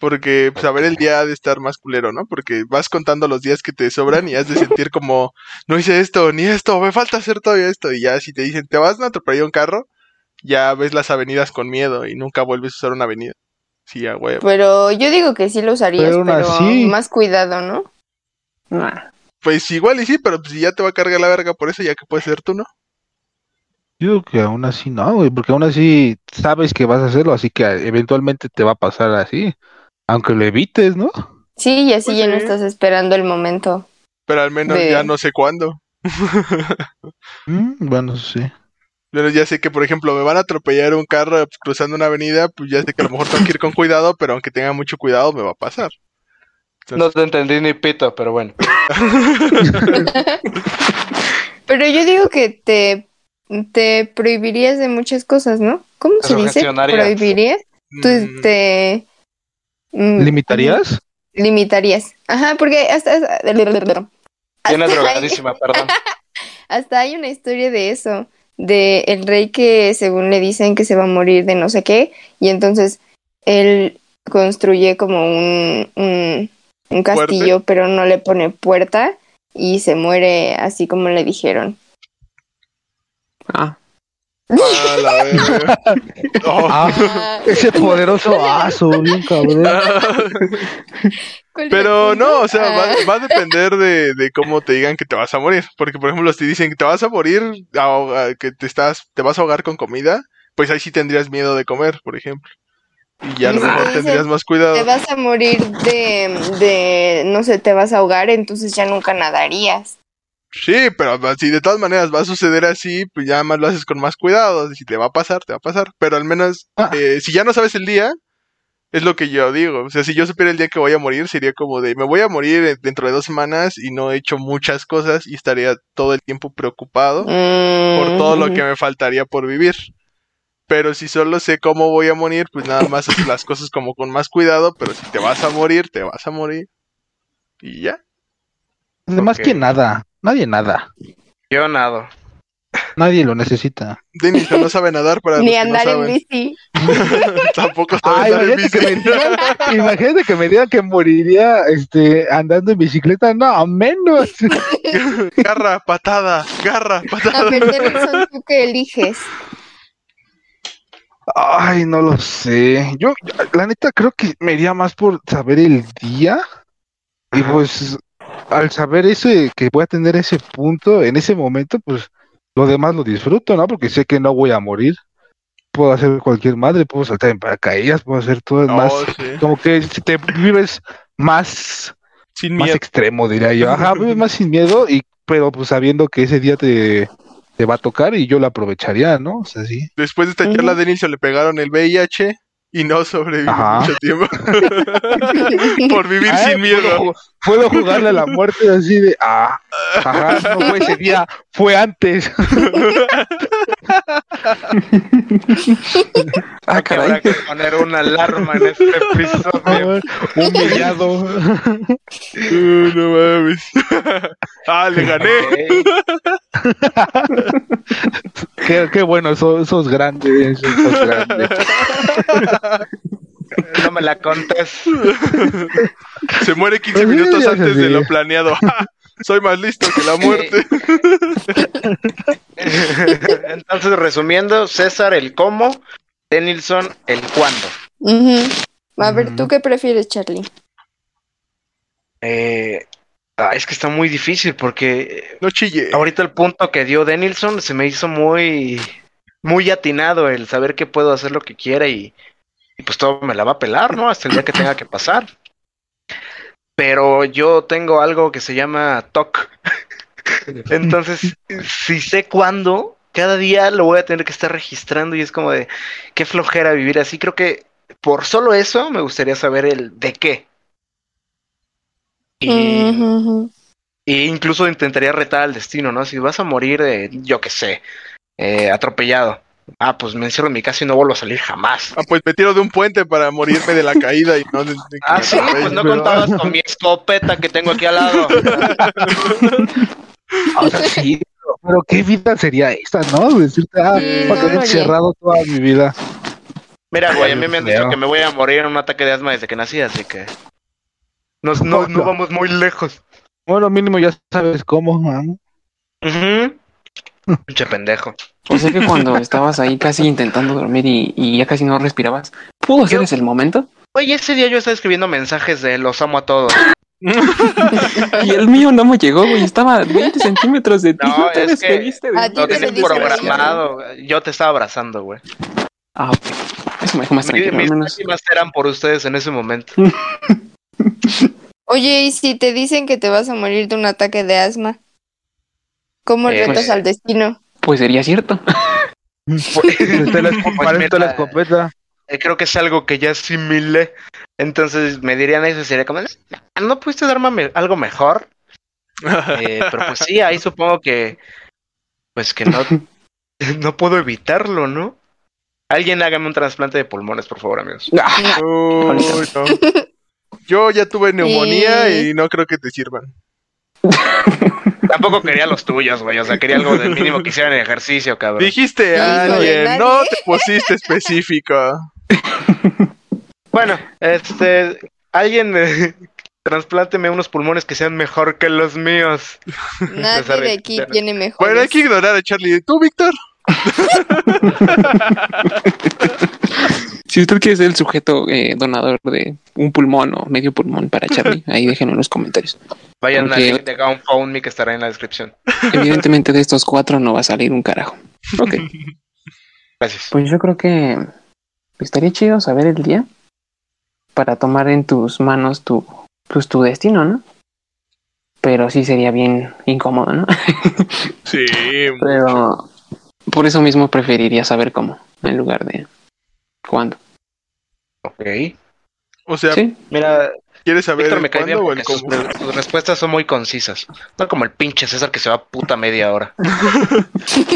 B: Porque pues, saber el día ha de estar más culero, ¿no? Porque vas contando los días que te sobran y has de sentir como, no hice esto, ni esto, me falta hacer todavía esto. Y ya si te dicen, te vas a atropellar un carro, ya ves las avenidas con miedo y nunca vuelves a usar una avenida. Sí, a huevo.
A: Pero yo digo que sí lo usarías,
E: Pero aún
A: pero
E: así.
A: más cuidado, ¿no?
C: Ah,
B: Pues igual y sí, pero pues, si ya te va a cargar la verga por eso, ya que puede ser tú, ¿no?
E: Yo digo que aún así no, güey, porque aún así sabes que vas a hacerlo, así que eventualmente te va a pasar así, aunque lo evites, ¿no?
A: Sí, y así
B: Pues
A: ya no
B: sí.
A: estás esperando el momento.
B: Pero al menos
A: Ve.
B: ya no sé cuándo.
E: Mm, bueno, eso sí.
B: Yo ya sé que, por ejemplo, me van a atropellar un carro cruzando una avenida, pues ya sé que a lo mejor tengo que ir con cuidado, pero aunque tenga mucho cuidado, me va a pasar.
D: No te entendí ni pito, pero bueno.
A: Pero yo digo que te, te prohibirías de muchas cosas, ¿no? ¿Cómo se dice?
D: Sugestionarías.
A: ¿Prohibirías? Tú
B: Mm,
A: te... mm,
E: ¿Limitarías?
A: Limitarías. Ajá, porque hasta... hasta
D: Tiene
A: hasta-
D: drogadísima, perdón.
A: Hasta hay una historia de eso, de el rey que según le dicen que se va a morir de no sé qué, y entonces él construye como un, un, un
B: ¿Fuerte?
A: castillo, pero no le pone puerta y se muere así como le dijeron.
C: Ah,
B: a la verga. Oh.
E: Ah, ese poderoso aso, bien cabrón.
B: Pero no, o sea, va,
A: Ah,
B: va a depender de, de cómo te digan que te vas a morir. Porque, por ejemplo, si dicen que te vas a morir, ahoga- que te estás, te vas a ahogar con comida, pues ahí sí tendrías miedo de comer, por ejemplo. Y ya a lo
A: Sí,
B: mejor
A: sí,
B: tendrías
A: sí.
B: más cuidado.
A: Te vas a morir de, de, no sé, te vas a ahogar, entonces ya nunca nadarías.
B: Sí, pero pues, si de todas maneras va a suceder así, pues ya más lo haces con más cuidado. Si te va a pasar, te va a pasar. Pero al menos,
E: Ah.
B: eh, si ya no sabes el día, es lo que yo digo. O sea, si yo supiera el día que voy a morir, sería como de, me voy a morir eh, dentro de dos semanas y no he hecho muchas cosas y estaría todo el tiempo preocupado por
A: Por
B: todo lo que me faltaría por vivir. Pero si solo sé cómo voy a morir, pues nada más haces las cosas como con más cuidado. Pero si te vas a morir, te vas a morir. Y ya.
E: Además
D: Ok.
E: que nada, nadie nada,
D: Yo nado.
E: nadie lo necesita.
B: Denis no sabe nadar para
A: Ni
B: los que no
A: andar en
B: saben.
A: bici.
B: Tampoco estaba
E: Ay, Ah, imagínate que, me digan, imagínate que me digan que moriría este, andando en bicicleta, no, menos.
B: Garra, patada, garra,
A: A
B: patada.
A: perder son tú que eliges.
E: Ay, no lo sé. Yo, yo, la neta, creo que me iría más por saber el día. Y pues, al saber ese, que voy a tener ese punto en ese momento, pues lo demás lo disfruto, ¿no? Porque sé que no voy a morir. Puedo hacer cualquier madre, puedo saltar en paracaídas, puedo hacer todo
B: No,
E: más.
B: sí.
E: Como que si te vives más,
B: Sin
E: más
B: miedo.
E: extremo, diría yo. Ajá, vives más sin miedo, y, pero pues sabiendo que ese día te, te va a tocar y yo lo aprovecharía, ¿no? O sea, sí.
B: Después de esta
A: Ujú.
B: charla de Nilsson le pegaron el VIH y no sobrevivió
E: Ajá.
B: mucho tiempo. Por vivir
E: Ah,
B: sin
E: puedo
B: miedo.
E: ju- Puedo jugarle a la muerte así de. Ah, ajá, no fue ese día, fue antes.
C: Ah,
D: Creo que
C: caray.
D: habrá que poner una alarma en este
B: Ah,
D: episodio.
E: Humillado.
B: Uh, no mames. ah, le gané.
D: Ok.
E: Qué, qué bueno, sos, sos grande. Sos grande.
D: No me la contes.
B: Se muere 15
E: Sí,
B: minutos
E: ya
B: antes
E: sé.
B: de lo planeado. Ah, Soy más listo que la muerte.
D: Entonces, resumiendo, César el cómo, Denilson el cuándo.
A: Ujú. A ver,
E: Ujú.
A: ¿tú qué prefieres, Charlie?
D: Eh, ah, es que está muy difícil porque
B: No chille.
D: ahorita el punto que dio Denilson se me hizo muy, muy atinado el saber que puedo hacer lo que quiera y, y pues todo me la va a pelar, ¿no? Hasta el día que tenga que pasar. Pero yo tengo algo que se llama TOC. Entonces, si sé cuándo, cada día lo voy a tener que estar registrando y es como de qué flojera vivir así. Creo que por solo eso me gustaría saber el de qué. Y
A: Ujú, ujú.
D: y E incluso intentaría retar al destino, ¿no? Si vas a morir, eh, yo qué sé, eh, atropellado. Ah, pues me encierro en mi casa y no vuelvo a salir jamás.
B: Ah, pues me tiro de un puente para morirme de la caída y no de- de-
D: Ah, sí,
B: Ay,
D: pues no
E: pero-
D: contabas con mi escopeta que tengo aquí al lado.
E: O sea, sí. Pero qué vida sería esta, ¿no? Decirte, ah,
A: Sí,
E: para
A: no,
E: quedar
A: no,
E: encerrado toda mi vida.
D: Mira, güey, a mí me han dicho
E: Creo.
D: que me voy a morir en un ataque de asma desde que nací, así que. Nos, no, no vamos muy lejos.
E: Bueno, mínimo ya sabes cómo, man.
D: Ujú. Pinche pendejo.
C: o sea que cuando estabas ahí casi intentando dormir y, y ya casi no respirabas, ¿pudo ser
D: Yo-
C: ese el momento?
D: Oye, ese día yo estaba escribiendo mensajes de los amo a todos.
C: Y el mío no me llegó, güey. Estaba a 20 centímetros de ti.
D: No,
C: No, te
D: es que-
C: despediste de
A: A
C: mí.
A: ti
D: Lo
A: te
D: tenía
A: dice
D: programado. Yo te estaba abrazando, güey.
C: Ah, ok. Eso me dejó más
D: Mi-
C: tranquilo, al
D: Mis
C: menos.
D: lágrimas eran por ustedes en ese momento.
A: Oye, y si te dicen que te vas a morir de un ataque de asma, ¿cómo
D: Eh,
A: retas
D: pues-
A: al destino?
C: Pues sería cierto.
D: Pues-
E: Está la escop- para eso está la
D: mira.
E: escopeta.
D: Eh, creo que es algo que ya asimilé. Entonces me dirían eso y sería como, "No, ¿no pudiste darme me- algo mejor? Eh, pero pues sí, ahí supongo que, pues que no, no puedo evitarlo, ¿no? Alguien hágame un trasplante de pulmones, por favor, amigos.
B: Uy, no. Yo ya tuve neumonía y no creo que te sirvan.
D: Tampoco quería los tuyos, güey. O sea, quería algo del mínimo que hicieran ejercicio, cabrón.
B: Dijiste a
A: Hijo de
B: alguien,
A: nadie.
B: no te pusiste específico.
D: Bueno, este, alguien eh, trasplánteme unos pulmones que sean mejor que los míos.
A: Nadie de aquí tiene mejor.
B: Bueno, hay que ignorar a Charlie. ¿Tú, Víctor?
C: Si usted quiere ser el sujeto eh, donador de un pulmón o medio pulmón para Charlie, ahí déjenlo en los comentarios.
D: Vayan a
C: Ok.
D: link de GoFundMe que estará en la descripción.
C: Evidentemente de estos cuatro no va a salir un carajo. Ok,
D: Gracias.
C: pues yo creo que estaría chido saber el día para tomar en tus manos tu, pues, tu destino, ¿no? Pero sí sería bien incómodo, ¿no?
B: Sí.
C: Pero por eso mismo preferiría saber cómo, en lugar de cuándo.
D: Ok.
B: O sea,
C: Sí,
D: Mira,
B: ¿quieres saber
D: Víctor
B: el
D: me cae bien
B: cuándo o el
D: porque sus,
B: cómo?
D: sus respuestas son muy concisas. No como el pinche César que se va a puta media hora.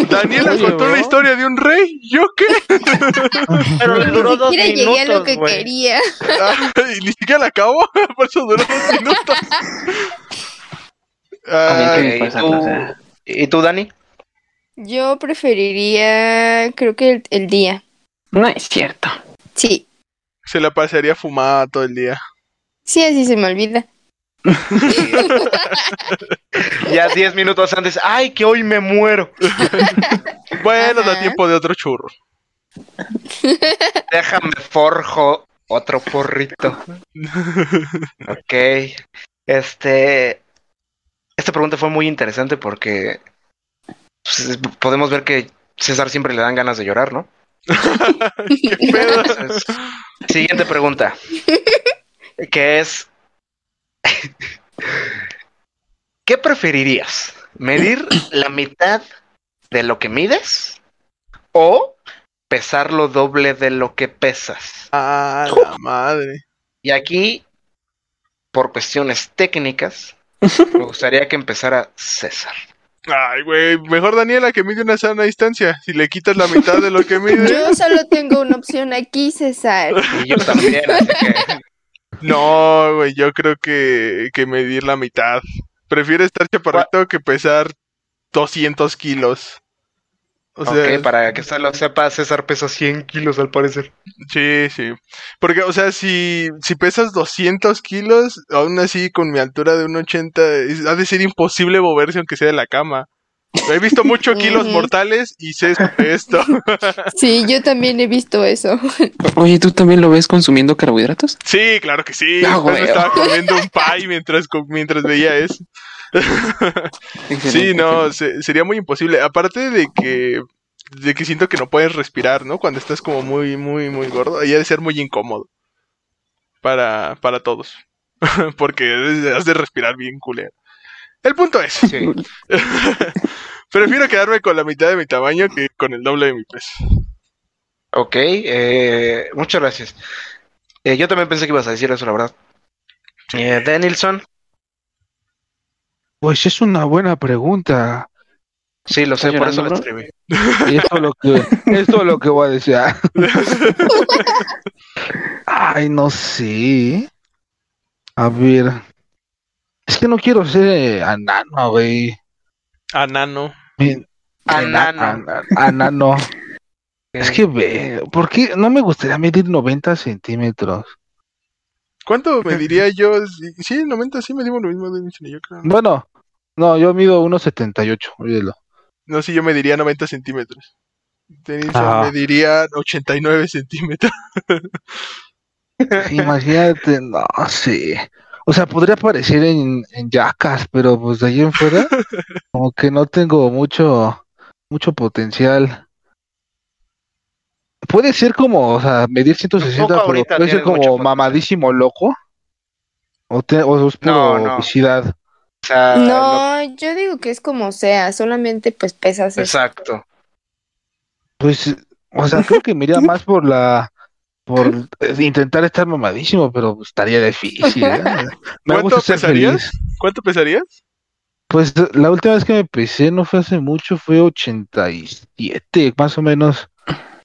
B: Daniela
C: Oye,
B: contó
C: bro.
B: la historia de un rey. ¿Yo qué?
D: Pero le
A: Ni
D: duró dos
A: siquiera llegué a lo
D: minutos,
A: que
D: güey.
A: quería.
B: Ah, y ni siquiera la acabó. Por eso duró dos minutos.
C: a mí
B: Ah,
C: que me pasa,
D: tú-
C: o sea,
D: ¿Y tú, Dani?
A: Yo preferiría, creo que el, el día.
C: no es cierto.
A: Sí,
B: se la pasaría fumada todo el día.
A: sí, así se me olvida.
D: Ya 10 minutos antes. ¡Ay, que hoy me muero!
B: Bueno, da
A: Ajá.
B: tiempo de otro churro.
D: Déjame forjo otro porrito. Ok. Este. Esta pregunta fue muy interesante porque pues, es- podemos ver que César siempre le dan ganas de llorar, ¿no?
B: ¿Qué pedo?
D: Entonces, siguiente pregunta. Que es. ¿Qué preferirías? ¿Medir la mitad de lo que mides? ¿O pesar lo doble de lo que pesas?
B: Ah, la madre.
D: Y aquí, por cuestiones técnicas, me gustaría que empezara César.
B: Ay, güey, mejor Daniela que mide una sana distancia. Si le quitas la mitad de lo que mide.
A: Yo solo tengo una opción aquí, César.
D: Y yo también, así que.
B: No, güey, yo creo que, que medir la mitad. Prefiero estar chaparrito que pesar 200 kilos. O sea,
D: ok, para que usted lo sepa, César pesa 100 kilos al parecer.
B: sí, sí. Porque, o sea, si, si pesas 200 kilos, aún así con mi altura de 1,80, es- ha de ser imposible moverse aunque sea de la cama. He visto mucho kilos
A: Ujú.
B: mortales y sé esto.
A: Sí, yo también he visto eso.
C: Oye, ¿tú también lo ves consumiendo carbohidratos?
B: Sí, claro que sí.
C: Ah,
B: Después me
C: güey.
B: estaba comiendo un pie mientras, co- mientras veía eso. Sí,
C: Excelente,
B: no, se- sería muy imposible. Aparte de que, de que siento que no puedes respirar, ¿no? Cuando estás como muy, muy, muy gordo. Y ha de ser muy incómodo. Para, para todos. Porque has de respirar bien culero. El punto es,
D: Sí.
B: prefiero quedarme con la mitad de mi tamaño que con el doble de mi peso.
D: Ok, eh, muchas gracias. Eh, yo también pensé que ibas a decir eso, la verdad. Eh, Danielson,
E: Pues es una buena pregunta.
D: sí, lo sé,
C: ¿Estás
D: por eso lo
C: llorando,
D: escribí.
E: Y esto lo que, esto lo que voy a decir. Ay, no sé. A ver. Es que no quiero ser eh, anano, güey.
B: Ah, nano.
E: Bien,
D: Anano.
E: ana- ana- Anano.
D: Eh,
E: Es que ve, ¿por qué no me gustaría medir 90 centímetros?
B: ¿Cuánto me diría yo? Sí, 90, sí me dimos lo mismo de yo creo.
E: Bueno, no, yo mido 1.78, olvídelo.
B: No sé, yo me diría 90 centímetros. Tenía-
E: Ah.
B: Me diría 89 centímetros.
E: Imagínate, no sé. O sea, podría aparecer en, en Jackass, pero pues de ahí en fuera, como que no tengo mucho, mucho potencial. Puede ser como, o sea, medir 160, pero
D: Tampoco ahorita
E: puede ser
D: tienes mucho
E: como
D: potencial.
E: mamadísimo loco. O, te- o es
D: No,
E: puro
D: no.
E: obesidad.
D: O
C: Ah,
D: sea, lo-
A: ¿eh? No, yo digo que es como sea, solamente pues pesas eso.
D: exacto.
E: Pues, o sea, creo que me iría más por la. Por eh, intentar estar mamadísimo, pero pues, estaría difícil. ¿eh? Me
B: ¿Cuánto
E: gusta ser
B: pesarías?
E: feliz.
B: ¿Cuánto pesarías?
E: Pues la última vez que me pesé no fue hace mucho, fue 87, más o menos.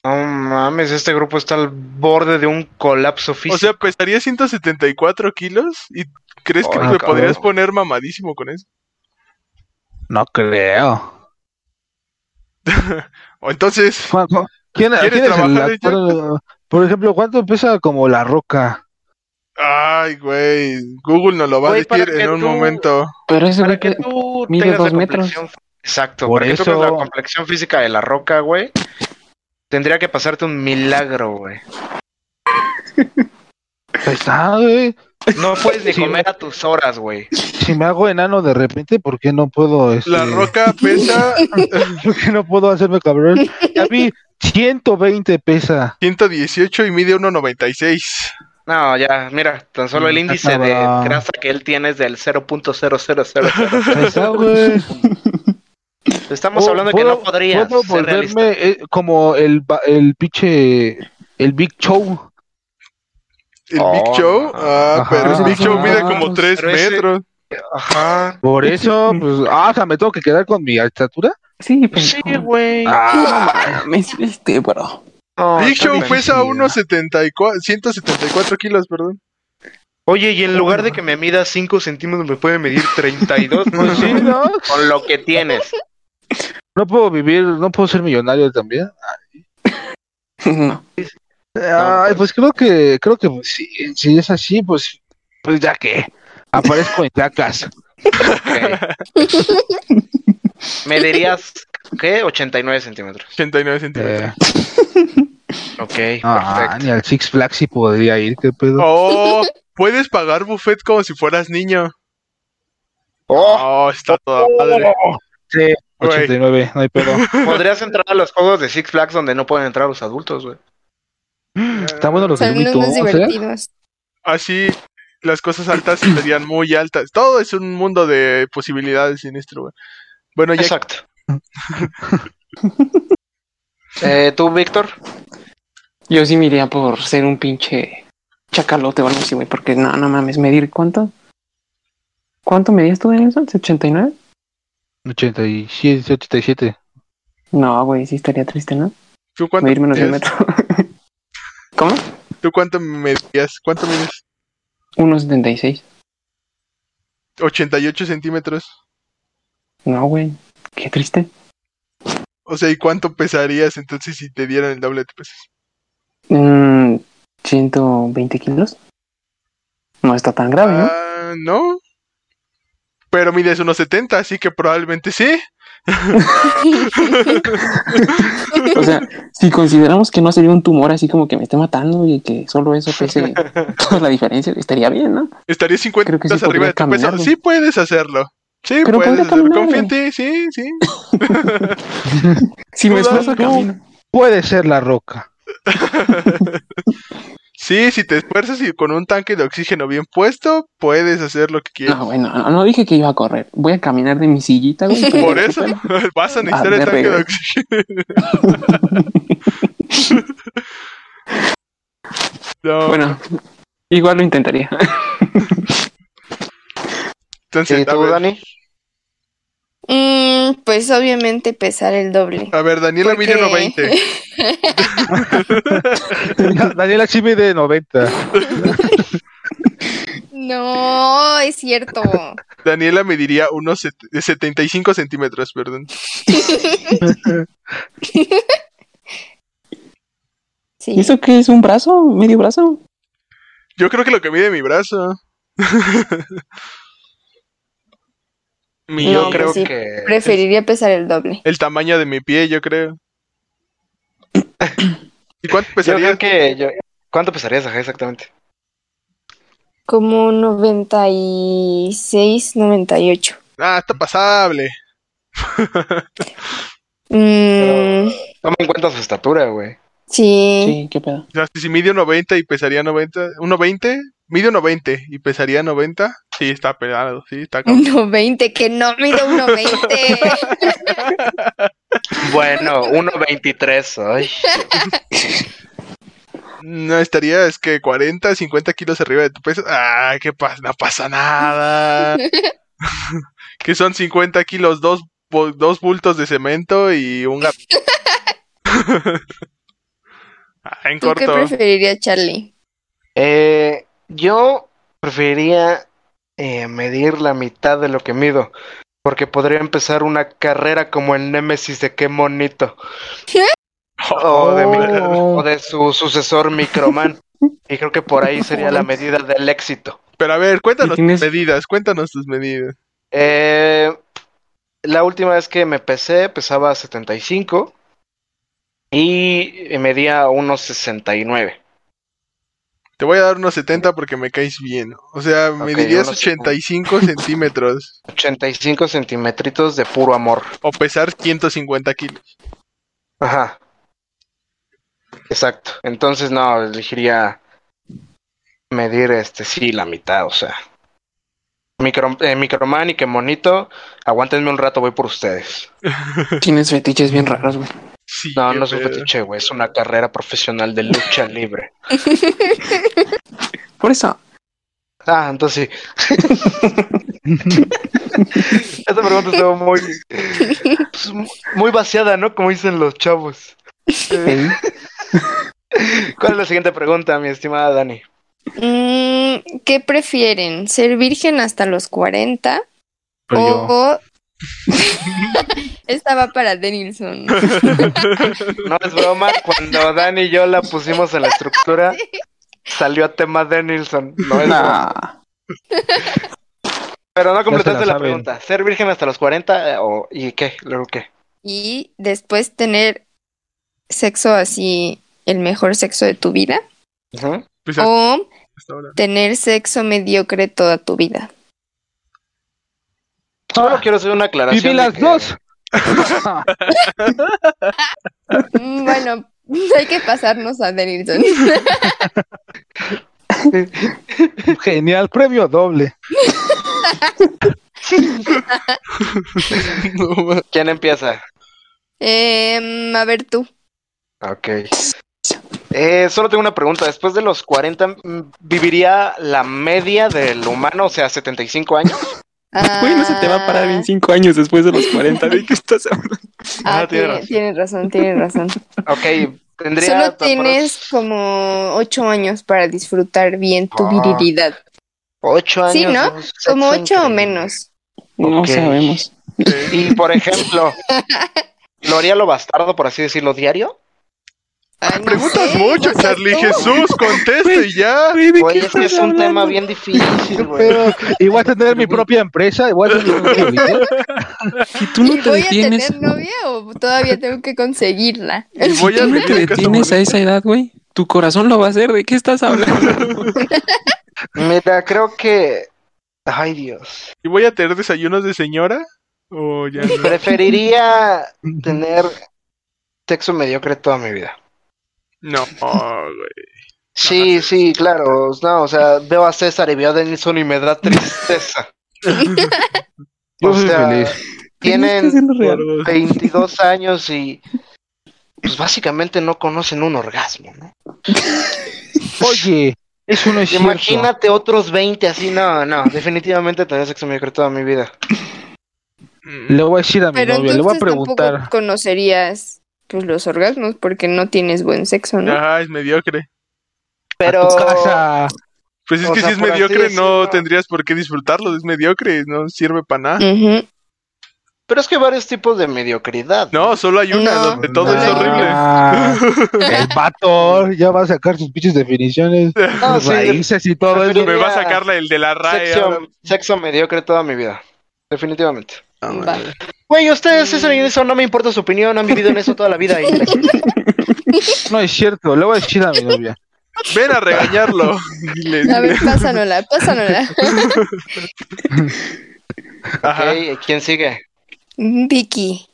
D: No mames, este grupo está al borde de un colapso físico.
B: O sea, pesarías 174 kilos y crees que
E: Ay,
B: te
E: cabrón.
B: podrías poner mamadísimo con eso.
E: No creo.
B: O entonces,
E: Juan, Juan, ¿Quién,
B: ¿Quieres
E: quién es el
B: trabajar,
E: actor? Por ejemplo, ¿cuánto pesa como La Roca?
B: ay, güey, Google nos lo va
D: Güey,
B: a
D: para
B: decir en
D: que
B: un
D: tú-
B: momento.
C: Pero ese güey
D: para
E: eh,
D: que
C: que
D: tú
C: mide
D: tengas
C: dos
D: la
C: metros.
D: complexión- Exacto,
E: Por
D: para que tú tengas
E: eso-
D: la complexión física de la roca, güey. Tendría que pasarte un milagro, güey.
E: Pesado, güey.
D: No puedes ni
E: Sí,
D: comer a tus horas, güey.
E: Si me hago enano de repente, ¿por qué no puedo? este,
B: La roca pesa
E: ¿Por qué no puedo hacerme cabrón? A mí 120 pesa.
B: 118 y mide 1.96.
D: No, ya, mira, tan solo el
E: Mm,
D: índice de
E: cabrón.
D: grasa que él tiene es del 0.0000.
E: Pesado, eh. güey.
D: Estamos
E: Oh,
D: hablando de que
E: ¿puedo-
D: no podrías
E: Puedo
D: ser realista.
E: volverme eh, como el, ba- el pinche. El Big Show.
B: El
D: Oh,
B: Big Show, ah,
E: ajá.
B: pero el Big
C: Ajá,
B: Show mide como
C: pues,
B: 3
D: pero ese-
B: metros.
D: Ajá.
E: Por eso, pues. Ah, o sea, me tengo que quedar con mi estatura.
C: Sí, pues, pero.
D: Sí, güey.
E: Ah,
C: me hiciste, este, bro.
D: No,
B: Big
D: está
B: Show
D: bien.
B: pesa
E: vencido.
B: 1.74, 174 kilos, perdón.
D: Oye, y en lugar de que me mida 5 centímetros, me puede medir 32.
E: pues sí, ¿no?
D: Con lo que tienes.
E: No puedo vivir, no puedo ser millonario también.
C: no.
E: Ay, pues creo que, creo que pues, sí, si es así, pues, pues ya que aparezco en tacas.
D: Ok. me dirías, ¿qué? 89 centímetros.
B: 89 centímetros.
E: Eh,
D: Ok,
E: ah,
D: perfecto.
E: ni al Six Flags sí podría ir, qué pedo.
B: Oh, puedes pagar buffet como si fueras niño.
D: Oh,
B: Oh, está toda madre.
E: Sí,
B: güey.
E: 89, no hay pedo.
D: podrías entrar a los juegos de Six Flags donde no pueden entrar los adultos, güey.
E: Están buenos los
A: Son unos
E: grumitos, ¿eh?
A: divertidos.
B: Así las cosas altas serían muy altas. Todo es un mundo de posibilidades siniestro, güey. Bueno, ya
D: Exacto. Eh, ¿Tú, Víctor?
C: Yo sí me iría por ser un pinche chacalote o algo así, güey. Porque no, no mames, medir cuánto. ¿Cuánto medías tú, Danielson? ¿89?
E: 87, 87.
C: No, güey, sí estaría triste, ¿no?
B: ¿tú cuánto,
C: Medir menos de un
B: medías?
C: metro. ¿Cómo?
B: ¿Tú cuánto medías? ¿Cuánto mides?
C: 1,76.
B: 88 centímetros.
C: No, güey. Qué triste.
B: O sea, ¿y cuánto pesarías entonces si te dieran el doble de pesos?
C: Mm, 120 kilos. No está tan grave, ¿no?
B: Ah, no. Pero mides unos 70, así que probablemente sí.
C: O sea, si consideramos que no sería un tumor así como que me esté matando y que solo eso pese toda la diferencia, estaría bien, ¿no?
B: Estarías 50
C: Creo que sí
B: kilos arriba de tu
C: podría
B: peso.
C: caminarlo.
B: Sí puedes hacerlo. Sí,
C: Pero
B: puedes
C: podría
B: hacerlo. Confía
C: caminarlo.
B: en ti, sí, sí.
C: Si me
B: Tú
C: esfuerzo,
E: dale, tú.
C: camino.
E: Puede ser la roca.
B: Sí, si te esfuerzas y con un tanque de oxígeno bien puesto, puedes hacer lo que quieras.
C: No, bueno, no, no dije que iba a correr. Voy a caminar de mi sillita, güey. pero-
B: Por eso vas a necesitar
C: Ah,
B: el
C: de
B: tanque de
C: regreso.
B: oxígeno. No,
C: Bueno, igual lo intentaría.
B: entonces, a,
D: ¿Y eh, tú,
B: ver,
D: Dani?
A: Mm, pues obviamente pesar el doble.
B: a ver, Daniela mide
A: Porque-
B: 1.20.
E: Daniela sí mide 90.
A: No, es cierto.
B: Daniela mediría unos set- 75 centímetros, perdón.
A: Sí.
C: ¿Y eso qué es? ¿Un brazo? ¿Medio brazo?
B: Yo creo que lo que mide mi brazo. Mi-
A: No,
D: yo creo
A: pues sí,
D: que...
A: Preferiría pesar el doble.
B: El tamaño de mi pie, yo creo. ¿Y cuánto
D: Yo
B: pesaría?
D: creo que... yo- ¿Cuánto pesarías, ajá, exactamente?
A: Como 96, 98.
B: Ah, está pasable.
A: Mm,
D: Toma en cuenta su estatura, güey.
A: sí.
C: Sí, qué pedo.
B: O sea, si mide 1.90 y pesaría 90, 1.20, mide 1.20 y pesaría 90, sí, está pelado, sí, está cabrón.
A: 1.20, que no mido 1.20.
D: Bueno, 1.23 hoy.
B: No estaría, es que 40, 50 kilos arriba de tu peso. Ah, qué pasa, no pasa nada. que son 50 kilos, dos, bu- dos bultos de cemento y un gato. Ah, en
A: ¿Tú qué
B: corto.
A: preferiría, Charlie?
D: Eh, yo preferiría eh, medir la mitad de lo que mido, porque podría empezar una carrera como el Némesis de qué monito,
B: Oh,
D: o de, mi- o de su sucesor Microman. Y creo que por ahí sería la medida del éxito.
B: Pero a ver, cuéntanos
C: ¿Y tienes-
B: tus medidas, cuéntanos tus medidas.
D: Eh, la última vez que me pesé, pesaba 75 y medía unos 69.
B: Te voy a dar unos 70 porque me caes bien. O sea, me
D: Ok,
B: dirías
D: unos
B: 85 centímetros
D: 85 centimetritos de puro amor.
B: o pesar 150 kilos.
D: Ajá. Exacto. Entonces no, elegiría medir este, sí, la mitad, o sea. Micro, eh, Microman y que monito, aguántenme un rato, voy por ustedes.
C: Tienes fetiches bien raros, güey.
B: Sí,
D: No,
B: qué
D: no es un
B: pedo.
D: fetiche, güey, es una carrera profesional de lucha libre.
C: Por eso,
D: Ah, entonces sí. Esta pregunta estuvo muy, pues, muy vaciada, ¿no? Como dicen los chavos.
C: ey,
D: Eh, ¿Cuál es la siguiente pregunta, mi estimada Dani?
A: Mm, ¿Qué prefieren? ¿Ser virgen hasta los 40?
E: Pero yo-
A: o... Esta va para Denilson.
D: No es broma, cuando Dani y yo la pusimos en la estructura, salió a tema Denilson. No es
C: nah.
D: broma. Pero no
E: Ya
D: completaste
E: se
D: la,
E: la saben.
D: pregunta. ¿Ser virgen hasta los 40 eh, o y qué? ¿Luego qué?
A: Y después tener sexo así, el mejor sexo de tu vida.
D: Ujú.
B: Pues hasta
A: O
D: Oh.
B: ahora.
A: tener sexo mediocre toda tu vida.
D: Solo quiero hacer una aclaración.
E: Viví
D: de
E: las
D: que-
E: dos.
A: Mm, Bueno, hay que pasarnos a Denilson.
E: Genial, premio doble.
B: No, ma-
D: ¿Quién empieza?
A: Em, a ver tú.
D: Ok. Eh, solo tengo una pregunta. Después de los 40, mm, ¿viviría la media del humano, o sea, 75 años?
C: Güey, no se te va a parar en cinco años después de los 40. ¿De qué estás hablando?
A: Ah,
D: Ah, tiene
A: tiene-
D: razón.
A: tienes razón, tienes razón.
D: Ok, tendría...
A: Solo
D: apro-
A: tienes como ocho años para disfrutar bien tu
D: Ah,
A: virilidad.
D: Ocho años.
A: Sí, ¿no?
D: un sexo
A: Como ocho o
D: increíble.
A: menos.
C: No
D: Ok.
C: sabemos.
D: Y por ejemplo, ¿lo haría lo bastardo, por así decirlo, diario? Ah,
A: Ay, no
B: Preguntas
A: sé,
B: mucho,
D: pues,
A: no sé
B: Charlie.
D: oh.
A: tú.
B: Jesús, conteste y ya.
C: Güey, ¿de
D: Oye, es que
C: estás
D: este es un
C: hablando?
D: tema bien difícil, güey.
E: Pero igual tener mi propia empresa, igual tener mi propio video.
C: Si tú
A: ¿Y
C: no te
A: voy a
C: detienes,
A: tener novia o todavía tengo que conseguirla?
B: Y voy a
C: tú no
B: vivir
C: te
B: en casa
C: detienes a
B: bonita.
C: esa edad, güey, tu corazón lo va a hacer. ¿De qué estás hablando?
D: Mira, creo que. Ay, Dios.
B: ¿Y voy a tener desayunos de señora? O ya no.
D: Preferiría tener sexo mediocre toda mi vida.
B: No, güey.
D: Sí, sí, claro. No, o sea, veo a César y veo a Denilson y me da tristeza.
E: Yo
D: O
E: soy
D: sea,
E: feliz.
C: Estás
D: Tienen
C: haciendo real.
D: 22 años y. Pues básicamente no conocen un orgasmo, ¿no?
E: Oye, eso no es cierto.
D: Imagínate otros 20 así, no, no, definitivamente tendría sexo mediocre toda mi vida.
B: Mm.
E: Le voy a decir a mi
A: Pero
E: novia, le voy a
A: entonces
E: preguntar.
A: tampoco conocerías pues, los orgasmos porque no tienes buen sexo, ¿no?
B: Ajá, es mediocre.
D: Pero
E: A tu casa.
B: Pues es
D: O
B: que
D: sea,
B: si es
D: por así
B: mediocre, no
D: decirlo. Mm.
B: tendrías por qué disfrutarlo. Es mediocre, no sirve para nada.
A: Ujú.
D: pero es que hay varios tipos de mediocridad.
B: No, solo hay una
A: No.
B: donde todo es
A: No.
B: horrible.
E: Ah, el pato ya va a sacar sus pinches definiciones,
D: No,
E: sus
D: sí,
E: raíces y todo eso.
B: Me
D: Preferiría
B: va a sacar la- el de la RAE. ahora.
D: sexo, sexo mediocre toda mi vida. Definitivamente.
B: Ah,
A: Va.
B: madre.
D: Güey, ustedes, César y Edison, no me importa su opinión, han vivido en eso toda la vida. y les-
E: No es cierto, le voy a decir a mi novia.
B: Ven a regañarlo. Dile,
A: A ver,
B: dile.
A: pásanola, pásanola.
B: Ajá.
D: Ok, ¿quién sigue?
A: Vicky.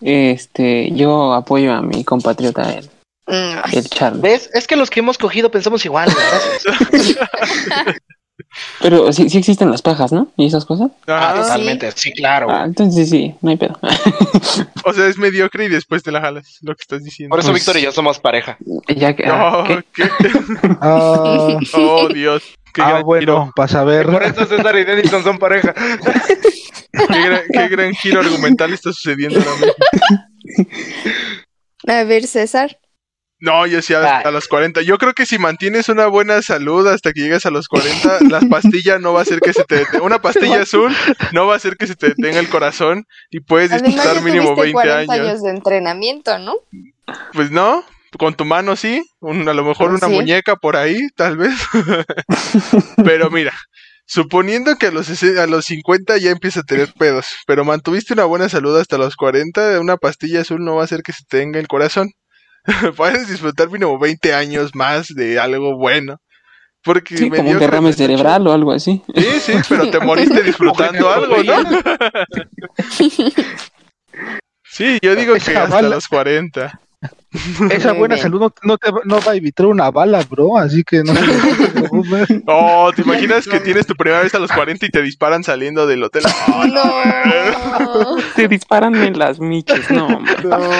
C: Este, yo apoyo a mi compatriota, el,
A: Mm,
C: el Charlie.
D: ¿Ves? Es que los que hemos cogido pensamos igual. ¿verdad?
C: Pero sí, sí existen las pajas, ¿no? Y esas cosas.
D: Ah,
A: sí.
B: Ajá.
D: totalmente, sí, claro.
C: Ah, entonces sí, no hay pedo. Ah,
B: O sea, es mediocre y después te la jalas, lo que estás diciendo.
D: Por eso
C: Pues-
D: Víctor y yo somos pareja.
C: ya que. ah,
B: No,
C: ¿qué?
B: ¿qué?
E: Ah,
B: Oh, Dios. Qué,
E: ah,
B: gran
E: bueno, para saber.
D: Por eso César y Denison son pareja.
B: giro, qué, gran, qué gran giro argumental está sucediendo ahora mismo.
A: A ver, César.
B: No, yo sí a, a los 40. Yo creo que si mantienes una buena salud hasta que llegues a los 40, la pastilla no va a hacer que se te detenga. Una pastilla azul no va a hacer que se te detenga el corazón y puedes
A: Además,
B: disfrutar
A: ya
B: mínimo
A: tuviste
B: 20
A: 40
B: años.
A: años. de entrenamiento, ¿no?
B: Pues no, con tu mano sí, un- a lo
C: Ah,
B: mejor una
A: Sí.
B: muñeca por ahí, tal vez. pero mira, suponiendo que a los, sesen- a los 50 ya empieza a tener pedos, pero mantuviste una buena salud hasta los 40, una pastilla azul no va a hacer que se tenga el corazón. Puedes disfrutar mínimo 20 años más de algo bueno. Porque
C: Sí, como un
B: mediocre-
C: derrame cerebral o algo así.
B: Sí, sí, pero te moriste disfrutando algo, ¿no? Sí, yo digo que hasta
E: Chaval.
B: los 40.
E: Esa
A: Muy
E: buena
A: bien.
E: salud no, no te, no va a evitar una bala, bro. Así que no.
B: Oh, ¿te imaginas que tienes tu primera vez a los 40 y te disparan saliendo del hotel?
A: no.
C: Te disparan en las miches, no, man.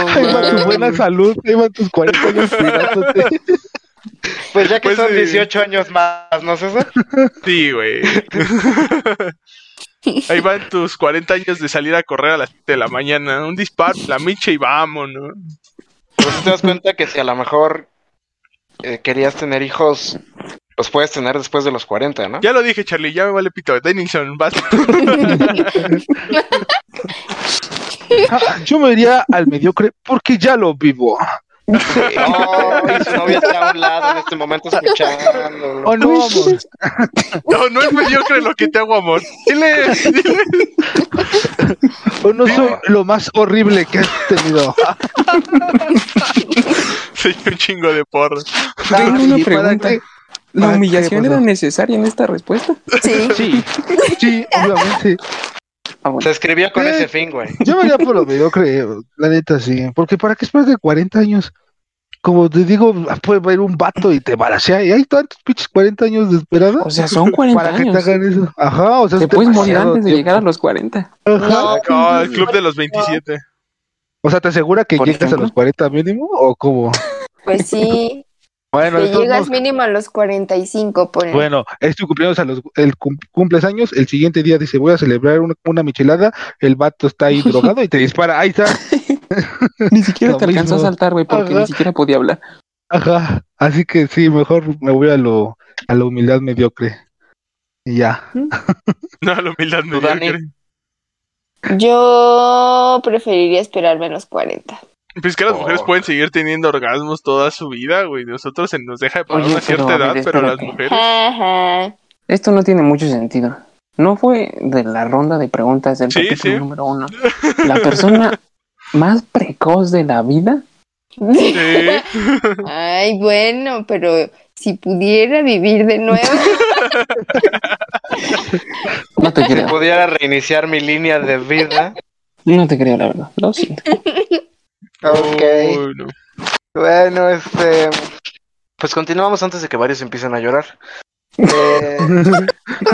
E: Ahí va tu buena salud, ahí van tus 40 años cuidándote.
D: Pues ya que
B: Pues
D: son
B: sí.
D: 18 años más, ¿no, César?
B: Sí, güey. Ahí van tus 40 años de salir a correr a las 7 de la mañana. Un disparo, la micha y vámonos.
D: Pues te das cuenta que si a lo mejor eh, querías tener hijos, los puedes tener después de los 40, ¿no?
B: Ya lo dije, Charlie, ya me vale pito. Denison, vas.
E: Ah, Yo me iría al mediocre porque ya lo vivo.
D: No, y su novia está a un lado en este momento escuchando.
E: Oh, no, amor.
B: No, no es mediocre lo que te hago, amor. Dile, dile.
E: Oh, no soy lo más horrible que has tenido.
B: Soy un chingo de porro.
C: Tengo una
E: Ah, ¿y para
C: pregunta.
E: qué?
C: ¿La
E: ¿Para qué,
C: humillación
E: perdón?
C: era necesaria en esta respuesta?
A: Sí.
E: Sí, sí, obviamente.
C: Ah, bueno.
D: Se escribió con ese fin, güey.
E: Yo me iría por lo mediocre, la neta, sí. Porque ¿para qué esperas de 40 años? Como te digo, puede venir un vato y te balacea. Y hay tantos pinches 40 años de esperada
C: O sea, son 40
E: para que te
C: años.
E: hagan eso. Ajá, o sea,
C: Te
E: es
C: puedes morir
E: demasiado
C: antes de
E: tiempo.
C: llegar a los 40.
E: Ajá.
B: No, Ah, el club de los 27.
E: O sea, ¿te asegura que
C: Por
E: llegas a
C: ejemplo.
E: los 40 mínimo o cómo?
A: Pues sí.
E: Bueno,
A: Te
E: de todos
A: llegas
E: modos,
A: mínimo a los 45, por
E: bueno, es tu cumpleaños a los el cum- cumples años, el siguiente día dice voy a celebrar una, una michelada, el vato está ahí drogado y te dispara, ahí está,
C: Ni siquiera
E: Lo
C: te alcanzó a
E: mismo.
C: saltar, güey, porque
E: Ajá.
C: ni siquiera podía hablar.
E: ajá, así que sí, mejor me voy a lo, a la humildad mediocre. Y ya.
B: No, la humildad
D: Tú, Dani.
B: mediocre.
A: Yo preferiría esperarme a los 40.
B: Pues que las
D: Oh.
B: mujeres pueden seguir teniendo orgasmos toda su vida, güey. Nosotros se nos deja de parar
C: Oye,
D: pues
B: una cierta
C: pero, a
B: edad,
C: ver,
B: pero las
C: espérate.
B: mujeres.
A: Ajá.
C: Esto no tiene mucho sentido. No fue de la ronda de preguntas del
B: Sí,
C: capítulo
B: sí.
C: número uno. La persona más precoz de la vida.
B: Sí.
A: Ay, bueno, pero si pudiera vivir de nuevo.
C: No te
D: Si
C: creo.
D: pudiera reiniciar mi línea de vida.
C: No te creo, la verdad. Lo siento.
B: Uy, no.
D: Bueno, este. Pues continuamos antes de que varios empiecen a llorar. Eh,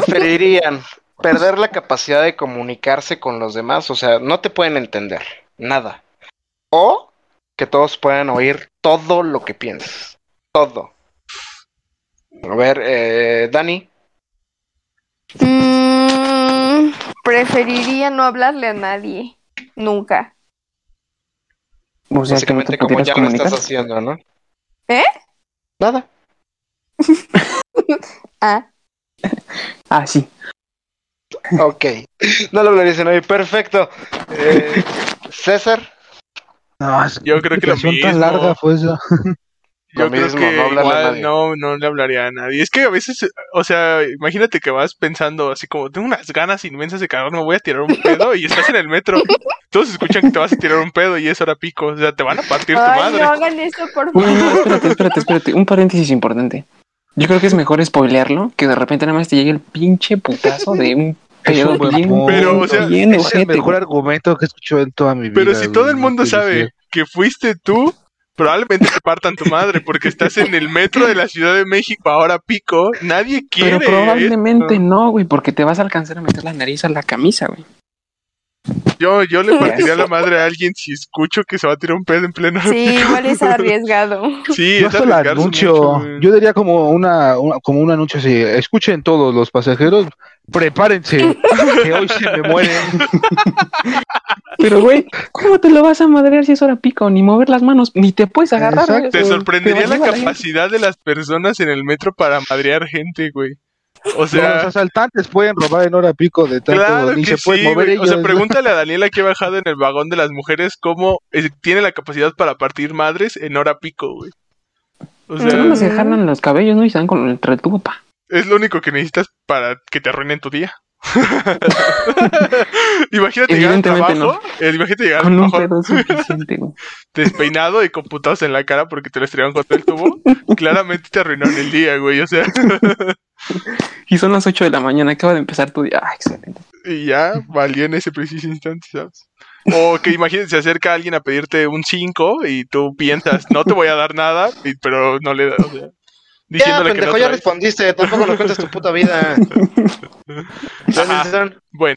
D: preferirían perder la capacidad de comunicarse con los demás, o sea, no te pueden entender nada. O que todos puedan oír todo lo que piensas. Todo. A ver, eh, Dani.
A: Mm, preferiría no hablarle a nadie. Nunca.
C: O sea, que no
D: básicamente
C: te
D: como
C: pudieras
D: ya lo estás
C: comunicar.
D: haciendo, ¿no?
A: ¿Eh?
D: Nada.
A: Ah,
C: Ah, sí.
D: Ok. No lo hablarías a nadie. Perfecto. Eh, César.
E: No, es-
B: Yo creo que lo
E: la situación
B: mismo.
E: tan larga pues, fue esa.
B: Yo
D: Lo
B: creo
D: mismo,
B: que
D: no hablarle a
B: igual
D: nadie.
B: no, no le hablaría a nadie. Es que a veces, o sea, imagínate que vas pensando así como, tengo unas ganas inmensas de cagar, me voy a tirar un pedo y estás en el metro. Todos escuchan que te vas a tirar un pedo y es hora pico. O sea, te van a partir tu
A: ay,
B: madre.
A: no hagan eso, por
C: Bueno, no,
A: favor.
C: espérate, espérate, espérate. Un paréntesis importante. Yo creo que es mejor spoilearlo que de repente nada más te llegue el pinche putazo de un
E: Es un
C: pedo
E: buen
C: bien,
E: punto.
B: Pero, o sea,
C: bien
E: Es el
C: ojete,
E: mejor
C: güey.
E: argumento que he escuchado en toda mi vida.
B: Pero si todo el
E: güey,
B: mundo
E: no te
B: sabe
E: decía.
B: que fuiste tú, Probablemente te partan tu madre porque estás en el metro de la Ciudad de México ahora pico. Nadie quiere. ¿eh?
C: Pero probablemente
B: esto.
C: no, güey, porque te vas a alcanzar a meter la nariz a la camisa, güey.
B: Yo, yo le partiría la madre a alguien si escucho que se va a tirar un pedo en pleno.
A: Sí, igual es arriesgado.
B: Sí,
E: Yo
B: es
E: hasta el
B: arriesgarse
E: anuncio,
B: mucho, güey.
E: yo diría como una, una- como un anuncio así, escuchen todos los pasajeros, prepárense, que hoy se me mueren.
C: Pero, güey, ¿cómo te lo vas a madrear si es hora pico? Ni mover las manos, ni te puedes agarrar. güey.
E: Exacto.
B: Te sorprendería
C: Te va a
B: la
C: llevar la
B: capacidad de las personas en el metro para madrear gente, güey. O
E: los
B: sea,
E: asaltantes pueden robar en hora pico de tanto,
B: claro
E: ni
B: que
E: se
B: sí,
E: pueden mover
B: güey. O
E: ellos.
B: sea, pregúntale a Daniela que ha bajado en el vagón de las mujeres cómo es- tiene la capacidad para partir madres en hora pico, güey. O
A: Pero
C: Solo
B: sea,
A: no
C: se jalan los cabellos, ¿no? Y se dan con el retubo, pa.
B: es lo único que necesitas para que te arruinen tu día. imagínate llegar al
C: Evidentemente
B: trabajo, eh, imagínate llegar al
C: Con un
B: trabajo
C: pedo es suficiente, güey.
B: despeinado y con putados en la cara porque te lo estrellaron contra el tubo. Claramente te arruinaron el día, güey. O sea,
C: Y son las 8 de la mañana, acaba de empezar tu día. Ah, excelente.
B: Y ya valió en ese preciso instante, ¿sabes? O que imagínate, se acerca alguien a pedirte un 5 y tú piensas, no te voy a dar nada, y- pero no le das. o sea,
D: Ya,
B: diciéndole que
D: pendejo,
B: no
D: ya
B: traes.
D: respondiste. Tampoco nos cuentas tu puta vida.
B: Ajá. Bueno,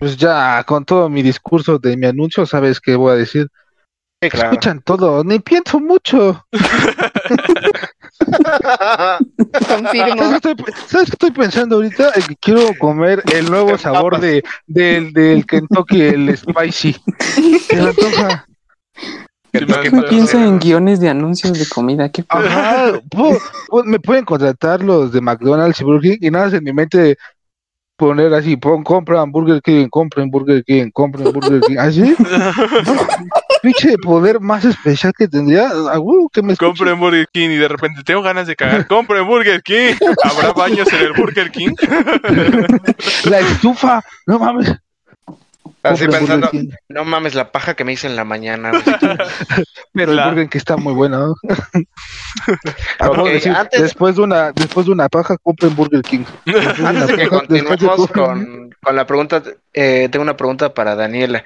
E: Pues ya, con todo mi discurso de mi anuncio, ¿sabes qué voy a decir?
D: Sí, claro.
E: Escuchan todo, ni pienso mucho. ¿Sabes qué
A: Confirmo.
E: estoy, sabes qué estoy pensando ahorita? Eh, que Quiero comer el nuevo sabor de, del, del Kentucky, el spicy. Se me antoja.
B: sí me
D: ¿Qué
B: hace-
D: Pero-
C: Piensa en guiones de anuncios de comida. ¿Qué p-
E: Ajá, pu- pu- me pueden contratar los de McDonald's y Burger King y nada más en mi mente poner así, pon, compran Burger King, compren Burger King, compren Burger King, así. Pinche poder más especial que tendría, a huevo que me escuchen.
B: compren Burger King y de repente tengo ganas de cagar. Compren Burger King. ¿Habrá baños en el Burger King?
E: la estufa, no mames.
D: Así
E: Compren
D: pensando,
E: Burger King.
D: no mames la paja que me hice en la mañana. güey.
E: Pero
B: La-
E: el Burger King está muy bueno. ¿no? Ah, puedo
D: Ok,
E: decir,
D: antes-
E: después, de una, después de una paja, compren Burger King. Después de
D: Antes
E: una
D: de que
E: paja, después de
D: continuemos
E: compren-
D: con, con la pregunta, eh, tengo una pregunta para Daniela.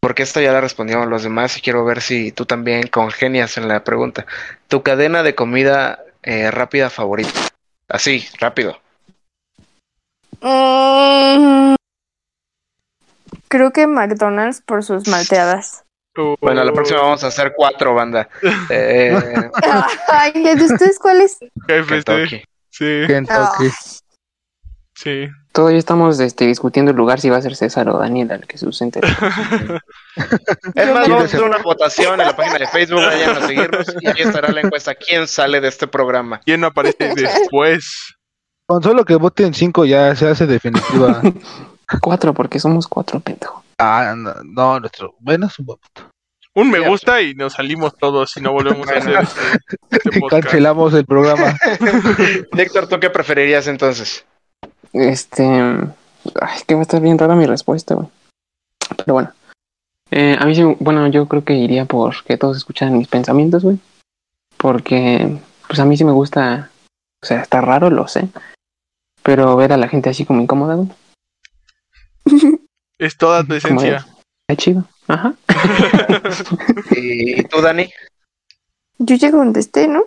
D: Porque esta ya la respondieron los demás y quiero ver si tú también congenias en la pregunta. ¿Tu cadena de comida eh, rápida favorita? Así, rápido.
A: Mm, creo que McDonald's por sus malteadas.
D: Bueno, la próxima vamos a hacer cuatro, banda. Eh,
A: Ay, ¿la de ustedes cuál es?
B: KFC.
D: Kentucky.
B: Sí,
E: Kentucky.
B: sí.
C: Todavía estamos este, discutiendo el lugar si va a ser César o Daniel el que se ausente.
D: Es más,
E: Yo
D: vamos
E: me
D: a hacer una votación en la página de Facebook, vayan a seguirnos y ahí estará la encuesta. ¿Quién sale de este programa?
B: ¿Quién no aparece después?
E: Con solo que voten cinco ya se hace definitiva.
C: Cuatro, porque somos cuatro, pendejo.
E: ah, no, no, nuestro. Bueno, supongo.
B: Un me
D: Ya.
B: gusta y nos salimos todos y no volvemos a hacer este, este podcast.
E: Cancelamos el programa.
D: Héctor, ¿tú qué preferirías entonces?
C: Este. Ay, es que va a estar bien rara mi respuesta, güey. Pero bueno. Eh, a mí sí, bueno, yo creo que iría por que todos escuchan mis pensamientos, güey. Porque, pues a mí sí me gusta. O sea, está raro, lo sé. Pero ver a la gente así como incómoda, güey.
B: Es toda tu
C: como de,
B: esencia.
C: Está chido. Ajá.
D: ¿Y tú, Dani?
A: Yo ya contesté, ¿no?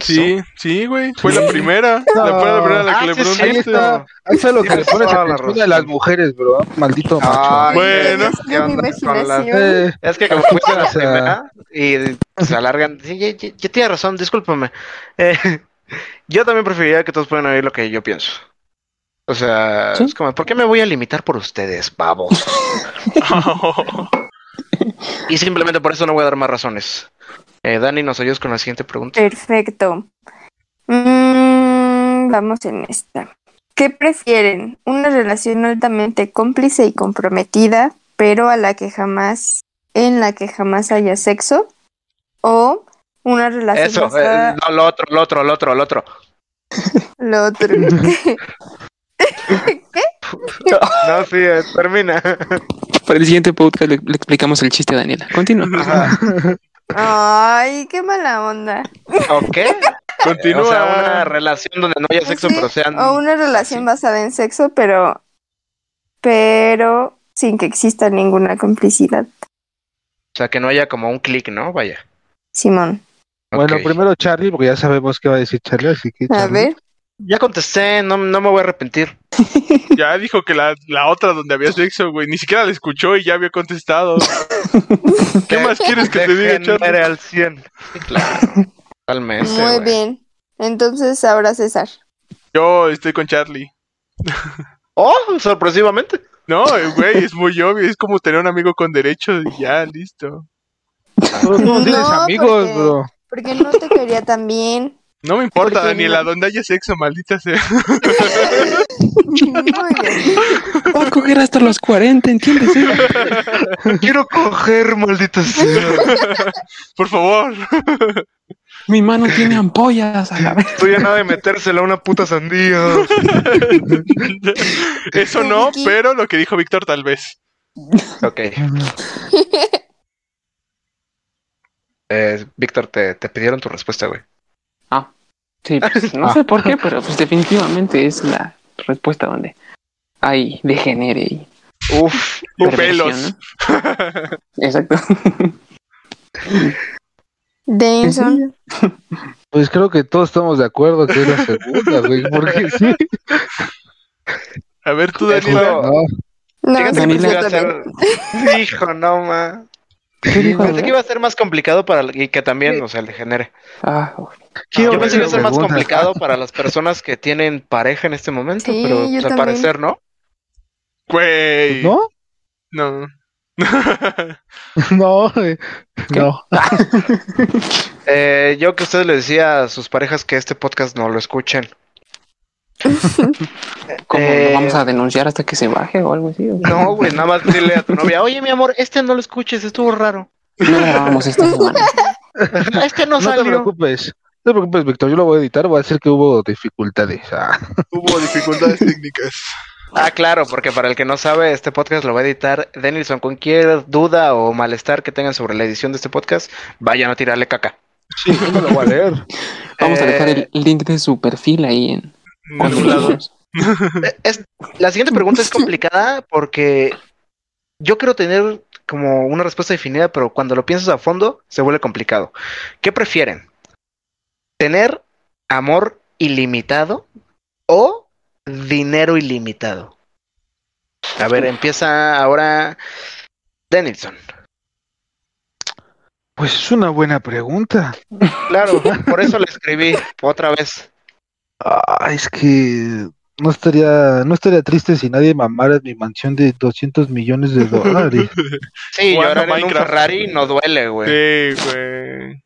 B: Sí, sí, güey. Fue la primera.
E: No.
B: La, fue la primera a la
D: Ah,
B: que le
D: sí, es
E: Ahí
B: preguntaste.
E: está. Ahí está lo que le
D: Tienes
E: pones
D: toda la
E: atención
D: razón.
E: a las mujeres, bro. ¿eh? Maldito macho.
D: Ay,
B: Bueno.
D: es que onda con las-
E: Eh,
D: Es que como fuiste la
E: O sea-
D: primera y se alargan. Sí, ya, ya- ya tienes razón, discúlpame. Eh, yo también preferiría que todos puedan oír lo que yo pienso. O sea,
C: Sí.
D: es como, ¿por qué me voy a limitar por ustedes, babos? y simplemente por eso no voy a dar más razones. Eh, Dani, ¿nos ayudas con la siguiente pregunta?
A: Eh, Perfecto. Mm, vamos en esta. ¿Qué prefieren? ¿Una relación altamente cómplice y comprometida, pero a la que jamás, en la que jamás haya sexo? ¿O una relación
D: Eso,
A: basada-
D: eh, no, lo otro, lo otro, lo otro, lo otro.
A: lo otro? ¿Qué?
D: No, sí, eh, termina.
C: Para el siguiente podcast le, le explicamos el chiste a Daniela. Continúa.
D: Ajá.
A: Ay, qué mala onda.
D: ¿Ok?
B: Continúa.
D: O sea, una relación donde no haya sexo,
A: Pues Sí,
D: pero sean...
A: O una relación
D: sí.
A: basada en sexo, pero pero sin que exista ninguna complicidad.
D: O sea, que no haya como un clic, ¿no? Vaya.
A: Simón.
E: Bueno,
D: Ok.
E: primero Charlie, porque ya sabemos qué va a decir Charlie, así que.
A: A
E: Charlie.
A: ver.
D: Ya contesté, no, no me voy a arrepentir.
B: Ya dijo que la, la otra donde había sexo, güey, ni siquiera la escuchó y ya había contestado. ¿Qué más quieres que te diga, Charlie?
D: al 100. Claro. Totalmente.
A: Muy
D: güey.
A: bien. Entonces ahora César.
B: Yo estoy con Charlie.
D: Oh, sorpresivamente.
B: No, eh, güey, es muy obvio, es como tener un amigo con derechos y ya, listo.
E: Tú no,
A: No,
E: tienes amigos,
A: porque-
E: bro.
A: Porque no te quería tan bien.
B: No me importa,
A: Porque
B: Daniela,
A: no-
B: donde haya sexo, maldita sea.
A: Muy bien.
C: Va a coger hasta los 40, ¿entiendes?
D: Quiero coger, maldita sea.
B: Por favor.
C: Mi mano tiene ampollas a la vez.
D: Estoy a nada de metérsela a una puta sandía.
B: Eso no, pero lo que dijo Víctor tal vez.
D: Ok. Eh, Víctor, te, te pidieron tu respuesta, güey.
C: Sí, pues,
D: Ah.
C: no sé por qué, pero pues definitivamente es la respuesta donde hay degenere y
D: Uf,
B: Pelos.
C: perversión, ¿no? Exacto.
A: Denson.
E: Pues creo que todos estamos de acuerdo que es la segunda, güey. Porque sí.
B: A ver, tú,
D: El
B: Daniela.
D: juego-
E: No,
A: No,
D: Fíjate
A: sí,
D: que
C: Daniela.
A: yo
D: iba a
A: también.
D: ser... Hijo, no, ma.
C: ¿Qué dijo?
D: Pensé que iba a ser más complicado para... Y que también, o sea, el degenere.
C: Ah,
E: quiero
D: Yo pensé que iba a
E: ver
D: ser
E: la
D: más
E: pregunta.
D: complicado para las personas que tienen pareja en este momento,
A: Sí,
D: pero
A: yo
D: pues, al
A: también.
D: parecer, ¿no?
B: Güey.
E: ¿No?
B: No.
E: No, güey. no.
D: Eh, yo que ustedes les decía a sus parejas que este podcast no lo escuchen.
C: ¿cómo
D: Eh,
C: lo vamos a denunciar hasta que se baje o algo así? o qué?
D: No, güey, nada más dile a tu novia, oye, mi amor, este no lo escuches, estuvo raro.
C: No lo grabamos esta semana.
D: Este no,
E: No te
D: salió.
E: preocupes. No te preocupes, Víctor. Yo lo voy a editar. Voy a decir que hubo dificultades. Ah.
B: Hubo dificultades técnicas.
D: Ah, claro, porque para el que no sabe, este podcast lo va a editar Denilson. Cualquier duda o malestar que tengan sobre la edición de este podcast, vayan a tirarle caca.
E: Sí, yo no lo voy a leer.
C: Vamos a dejar
D: Eh,
C: el link de su perfil ahí en...
B: En algún lado.
D: Eh, es- la siguiente pregunta es complicada porque yo quiero tener como una respuesta definida, pero cuando lo piensas a fondo se vuelve complicado. ¿Qué prefieren? ¿Tener amor ilimitado o dinero ilimitado? A ver, empieza ahora Denilson.
E: Pues es una buena pregunta.
D: Claro, por eso le escribí otra vez.
E: Ah, es que no estaría, no estaría triste si nadie mamara mi mansión de 200 millones de dólares.
D: Sí,
B: Jugando
D: llorar en un
B: Minecraft.
D: Ferrari no duele, güey.
B: Sí, güey.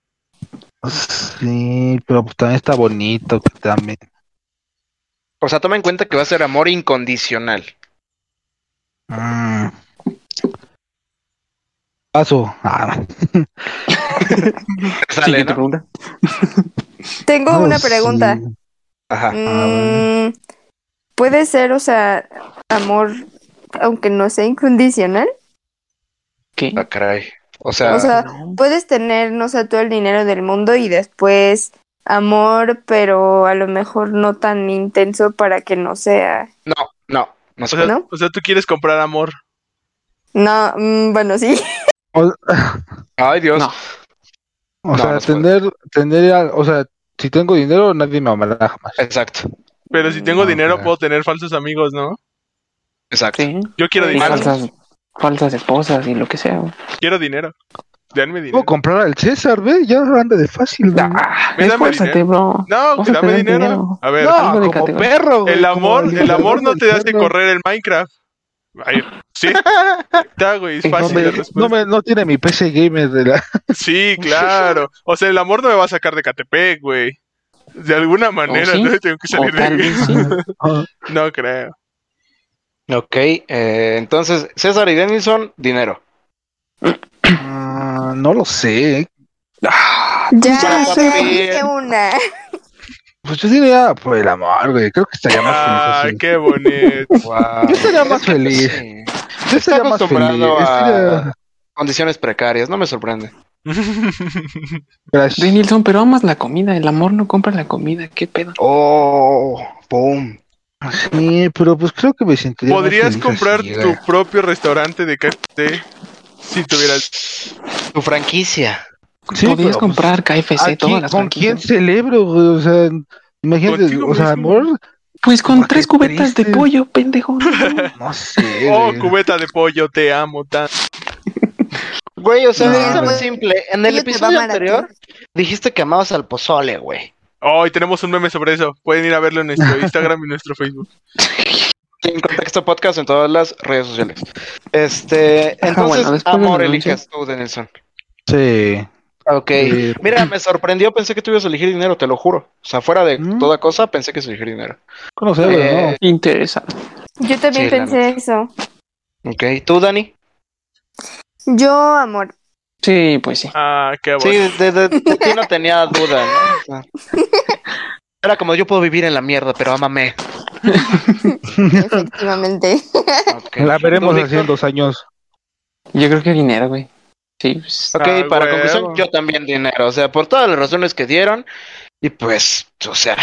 E: Sí, pero pues también está bonito. que También.
D: O sea, toma en cuenta que va a ser amor incondicional.
E: Mm. Paso. Ah,
D: Sale,
C: Siguiente
D: ¿no?
C: pregunta.
A: Tengo
E: no,
A: una
E: sí.
A: pregunta.
D: Ajá.
E: bueno.
A: Mm, Puede ser, o sea, amor, aunque no sea incondicional.
C: ¿Qué?
D: Ah, caray. O sea,
A: O sea,
C: No.
A: puedes tener, no sé, todo el dinero del mundo y después amor, pero a lo mejor no tan intenso para que no sea.
D: no, no, no
B: O
D: se
B: sea,
A: ¿No?
B: o sea, tú quieres comprar amor.
A: No, mm, bueno, sí.
E: O,
D: puede. Ay, Dios.
C: No.
E: o
D: No,
E: sea,
D: no se
E: tener, tener, a- o sea, si tengo dinero, nadie me amará jamás.
D: Exacto,
B: Pero si tengo
E: No,
B: dinero,
E: claro.
B: puedo tener falsos amigos, ¿no?
D: exacto.
C: Sí.
B: Yo quiero
A: Sí,
C: Y
B: dinero.
A: falso.
C: falsas, falsas esposas y lo que sea. güey.
B: Quiero dinero. Denme dinero.
E: Puedo comprar al César, ve, ya anda de fácil.
D: Mm.
E: güey.
C: Ah,
B: Me da
C: esfuérzate, bro.
B: No,
C: Vamos
B: que
C: a
B: dame
C: tener
B: dinero.
C: dinero.
B: A ver,
E: no,
C: algo de
E: como
C: categoría.
E: perro, güey,
B: el amor,
E: como
B: el amor no te hace
E: perro.
B: correr el Minecraft. Ay, sí. Está, güey, es
C: No
E: No,
B: fácil
E: me-
B: la
E: no,
B: respuesta.
E: me- no tiene mi PC gamer de la.
B: Sí, claro. O sea, el amor no me va a sacar de Catepec, güey. De alguna manera,
C: sí,
B: ¿no? Tengo que
C: O
B: salir de
C: tal
B: aquí.
C: vez sí.
B: No creo.
D: Ok, eh, entonces, César y Denilson, dinero.
E: Ah, no lo sé.
A: Ya,
D: Ya,
A: ya
D: papi.
A: dije una.
E: Pues yo diría por el amor, güey. Creo que estaría más
B: Ah,
E: feliz. así.
B: qué bonito.
D: Wow.
E: Yo estaría más feliz. Yo estaría más feliz.
D: acostumbrado a-
E: Estaría-
D: Condiciones precarias, no me sorprende.
E: Gracias.
C: Denilson, pero amas la comida. El amor no compra la comida. ¿Qué pedo?
D: Oh, boom.
E: Sí, pero pues creo que me sentiría. más
B: Podrías
E: feliz
B: comprar
E: así,
B: tu
E: güey.
B: propio restaurante de KFC si tuvieras.
D: Tu franquicia.
E: Sí,
C: Podías
E: pero, pues,
C: comprar KFC,
E: ¿a quién-
C: todas las
E: ¿Con quién
C: franquicias.
E: celebro? güey? O sea, imagínate,
B: Contigo
E: o sea,
B: mismo.
E: amor,
C: Pues con
E: Porque
C: tres cubetas de
E: triste.
C: pollo, pendejo.
E: no sé.
B: Oh,
E: güey.
B: cubeta de pollo, te amo tan.
D: Güey, o sea,
E: No,
D: es tan
A: güey.
D: simple. En el
A: Yo te voy
D: episodio
A: a amar a ti.
D: anterior dijiste que amabas al pozole, güey.
B: Oh, y tenemos un meme sobre eso. Pueden ir a verlo en nuestro Instagram y nuestro Facebook.
D: En contexto podcast en todas las redes sociales. Este,
C: Ah,
D: entonces,
C: bueno, después
D: amor
C: del anuncio.
D: elijas tú, Denison.
E: Sí.
D: Ah, Ok.
E: Eh,
D: Mira, me sorprendió, pensé que tú ibas a elegir dinero, te lo juro. O sea, fuera de
E: Mm.
D: toda cosa, pensé que ibas a elegir dinero.
E: no sé, güey,
D: Eh,
E: no.
C: Interesante.
A: Yo también
D: Sí, la
A: pensé eso.
D: Ok, ¿tú, Dani?
A: Yo, amor.
C: Sí, pues sí.
B: Ah, qué bueno.
D: Sí, de, de- de ti no tenía duda, ¿no? O sea, Era como yo puedo vivir en la mierda, pero ámame.
A: Efectivamente.
D: Ok.
E: La veremos
D: ¿Tú,
E: así en
D: Víctor?
E: dos años.
C: Yo creo que dinero, güey. Sí, pues.
D: Ok,
B: Ah,
D: para
B: huevo.
D: conclusión, yo también dinero. O sea, por todas las razones que dieron. Y pues, o sea.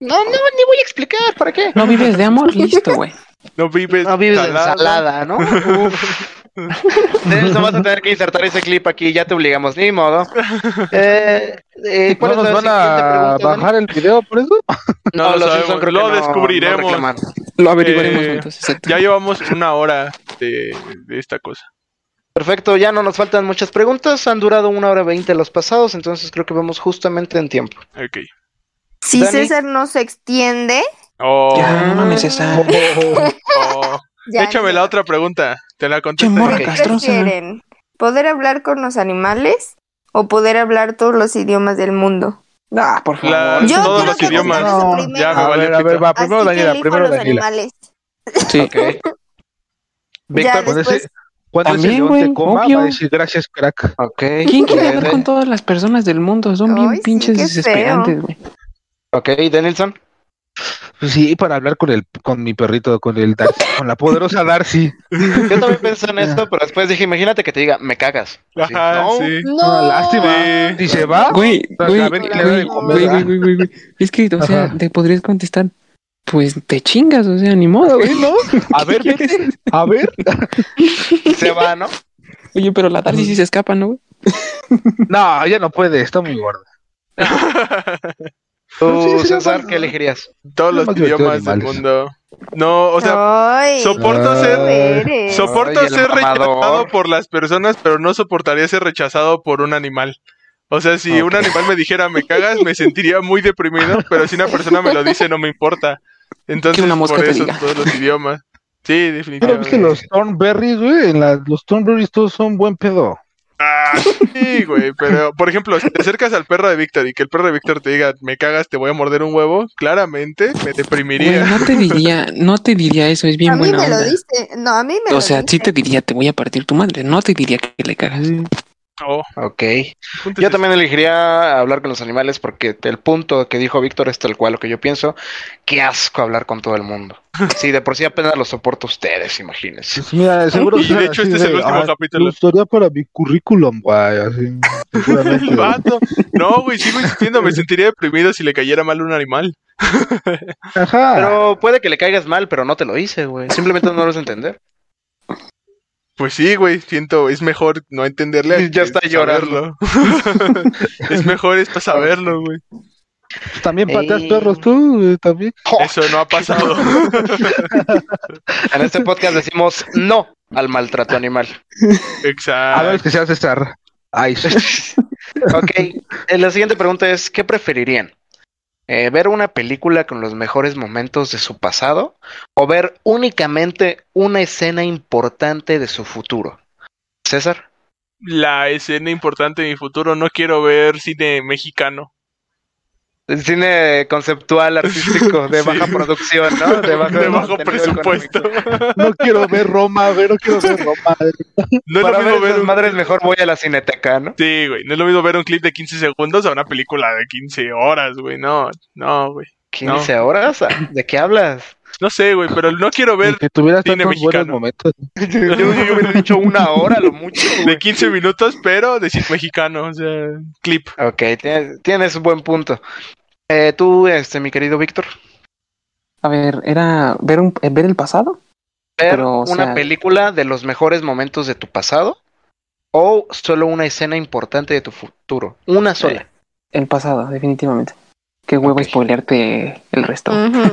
D: No, no, ni voy a explicar, ¿para qué?
C: No vives de amor, listo, güey.
B: No vives,
D: No vives de
B: salada.
D: ensalada, ¿no? Uf. Dennis, no vas a tener que insertar ese clip aquí, ya te obligamos, ni modo. Eh, eh, ¿Cuál es
E: ¿No nos
D: la
E: van
D: siguiente
E: a
D: pregunta, Dani?
E: bajar el video por eso?
B: No lo
D: los Simpson
B: sabemos,
D: creo que
B: lo
D: no- no
B: descubriremos.
D: reclaman.
C: Lo averiguaremos
B: Eh,
C: juntos, exacto.
B: Ya llevamos una hora de, de esta cosa.
D: Perfecto, ya no nos faltan muchas preguntas. Han durado una hora veinte los pasados, entonces creo que vamos justamente en tiempo.
B: Ok.
A: Si
D: Dani.
A: César no se extiende,
B: Oh,
C: Ya,
D: Ah,
C: no mames, César.
B: oh.
A: ya
B: Échame
A: no
B: la otra pregunta. Te la
C: Che, morra
B: contesto.
A: ¿Qué
C: castrosa.
A: prefieren? ¿Poder hablar con los animales o poder hablar todos los idiomas del mundo?
C: Ah, por favor.
B: La-
A: Yo
B: todos
A: quiero
B: los idiomas.
A: contestar eso
E: No,
A: primero.
B: ya me
E: A
B: vale
E: ver, a
B: pito.
E: ver, va.
A: Así
E: Ah, Primero
A: que
E: Daniela,
A: elijo
E: primero
A: los
E: Daniela.
A: animales.
C: Sí.
A: Ya,
D: Víctor,
E: Cuando pues, ese-
A: después,
E: Cuando ese
C: También,
E: león
C: güey,
E: te coma,
C: obvio.
E: va a decir gracias, crack.
D: ok.
C: ¿Quién quiere
D: Eh,
C: hablar con todas las personas del mundo? Son bien
A: Ay, sí,
C: pinches
A: qué
C: desesperantes, güey.
D: Ok, Denilson.
E: pues Sí, para hablar con el, con mi perrito, con el Darcy, con la poderosa Darcy.
D: Yo también pensé en esto, pero después dije, imagínate que te diga, me cagas. Así,
B: Ajá,
D: no,
B: sí.
E: Una lástima.
B: Sí.
E: Y se va.
C: Güey,
E: A
C: güey,
E: ver,
A: ¿qué le da
C: güey,
A: de comer,
C: güey,
E: ah?
C: güey, güey, güey. Es que, o sea,
E: Ajá.
C: te podrías contestar, pues te chingas, o sea, ni modo, güey.
E: ¿no? A ver,
C: Yo qué
E: vete. A ver.
D: Se va, ¿no?
C: Oye, pero la Darcy sí se escapa, ¿no, güey?
E: No, ya no puede, está muy gorda.
D: Tú,
E: Sí, sí,
D: César,
E: bueno.
D: ¿qué elegirías?
B: Todos los
E: Más divertido
B: idiomas del
E: animales.
B: mundo. No, o sea,
A: Ay,
B: soporto
E: Ah.
B: ser
A: eres.
B: Soporto
D: Ay, el
B: ser rechazado
D: mamador.
B: por las personas, pero no soportaría ser rechazado por un animal. O sea, si un animal me dijera me cagas, me sentiría muy deprimido, pero si una persona me lo dice, no me importa. Entonces,
C: Que una mosca
B: por
C: te
B: eso
C: diga.
B: todos los idiomas. Sí,
E: Pero es que
B: definitivamente.
E: los Thornberries, güey, en la- los Thornberries todos son buen pedo.
B: Ah, sí, güey, pero por ejemplo, si te acercas al perro de Víctor y que el perro de Víctor te diga me cagas, te voy a morder un huevo, claramente me
C: Güey,
B: deprimiría.
C: no te diría, no te diría eso, es bien
A: a mí
C: buena
A: me lo
C: onda.
A: diste. No, a mí me lo
C: O sea, sí
A: diste.
C: te diría, te voy a partir tu madre. No te diría que le cagas.
B: Oh,
D: Ok.
B: punto
D: Yo
B: es-
D: también elegiría hablar con los animales porque el punto que dijo Víctor es tal cual lo que yo pienso. Qué asco hablar con todo el mundo. Sí, de por sí apenas lo soporto ustedes, imagínense.
E: Pues mira, seguro
B: Y
E: será
B: de hecho,
E: así
B: este es el
E: de,
B: último
E: "Ah,
B: capítulo".
E: Me gustaría para mi currículum, güey, así.
B: El
E: Seguramente.
B: vato. No, güey, sigo insistiendo, me sentiría deprimido si le cayera mal un animal.
E: Ajá.
D: Pero puede que le caigas mal, pero no te lo hice, güey. Simplemente no lo vas a entender.
B: Pues sí, güey, siento, es mejor no entenderle. a
D: Ya
B: que
D: está llorando.
B: saberlo. es mejor esto saberlo, güey.
E: También pateas
D: Ey.
E: perros tú, güey, también.
B: Eso no ha pasado.
D: En este podcast decimos no al maltrato animal.
E: A ver,
B: Exacto.
E: que seas César. Ay, sí.
D: Ok, eh, la siguiente pregunta es, ¿qué preferirían? Eh, ¿Ver una película con los mejores momentos de su pasado o ver únicamente una escena importante de su futuro? César,
B: La escena importante de mi futuro, no quiero ver cine mexicano.
D: el cine conceptual artístico de
B: Sí.
D: baja producción, ¿no? De bajo,
B: De bajo
D: nivel
B: presupuesto.
D: económico.
E: no quiero ver Roma, güey, no quiero ver Roma.
B: No es
D: Para
B: lo
D: ver
B: mismo ver
D: esas
B: un...
D: madres mejor voy a la cineteca, ¿no?
B: Sí, güey, no es lo mismo ver un clip de 15 segundos a una película de 15 horas, güey. No, no, güey.
D: 15 horas, ¿ah? ¿de qué hablas?
B: No sé, güey, pero no quiero
E: Ni
B: ver
E: que tuvieras
B: cine
E: tantos buenos
B: mexicano.
E: momentos.
D: Yo, yo hubiera dicho una hora, lo mucho.
B: de 15 minutos, pero de cine mexicano, o sea, clip.
D: Ok, tienes, tienes un buen punto. Eh, tú, este, mi querido Víctor,
C: A ver, era ver, un, eh, ver el pasado.
D: ver
C: Pero, o
D: una
C: sea-
D: película de los mejores momentos de tu pasado o solo una escena importante de tu futuro. Una sola.
C: El pasado, definitivamente. Qué huevo
D: Ok.
C: spoilearte el resto.
A: Ujú.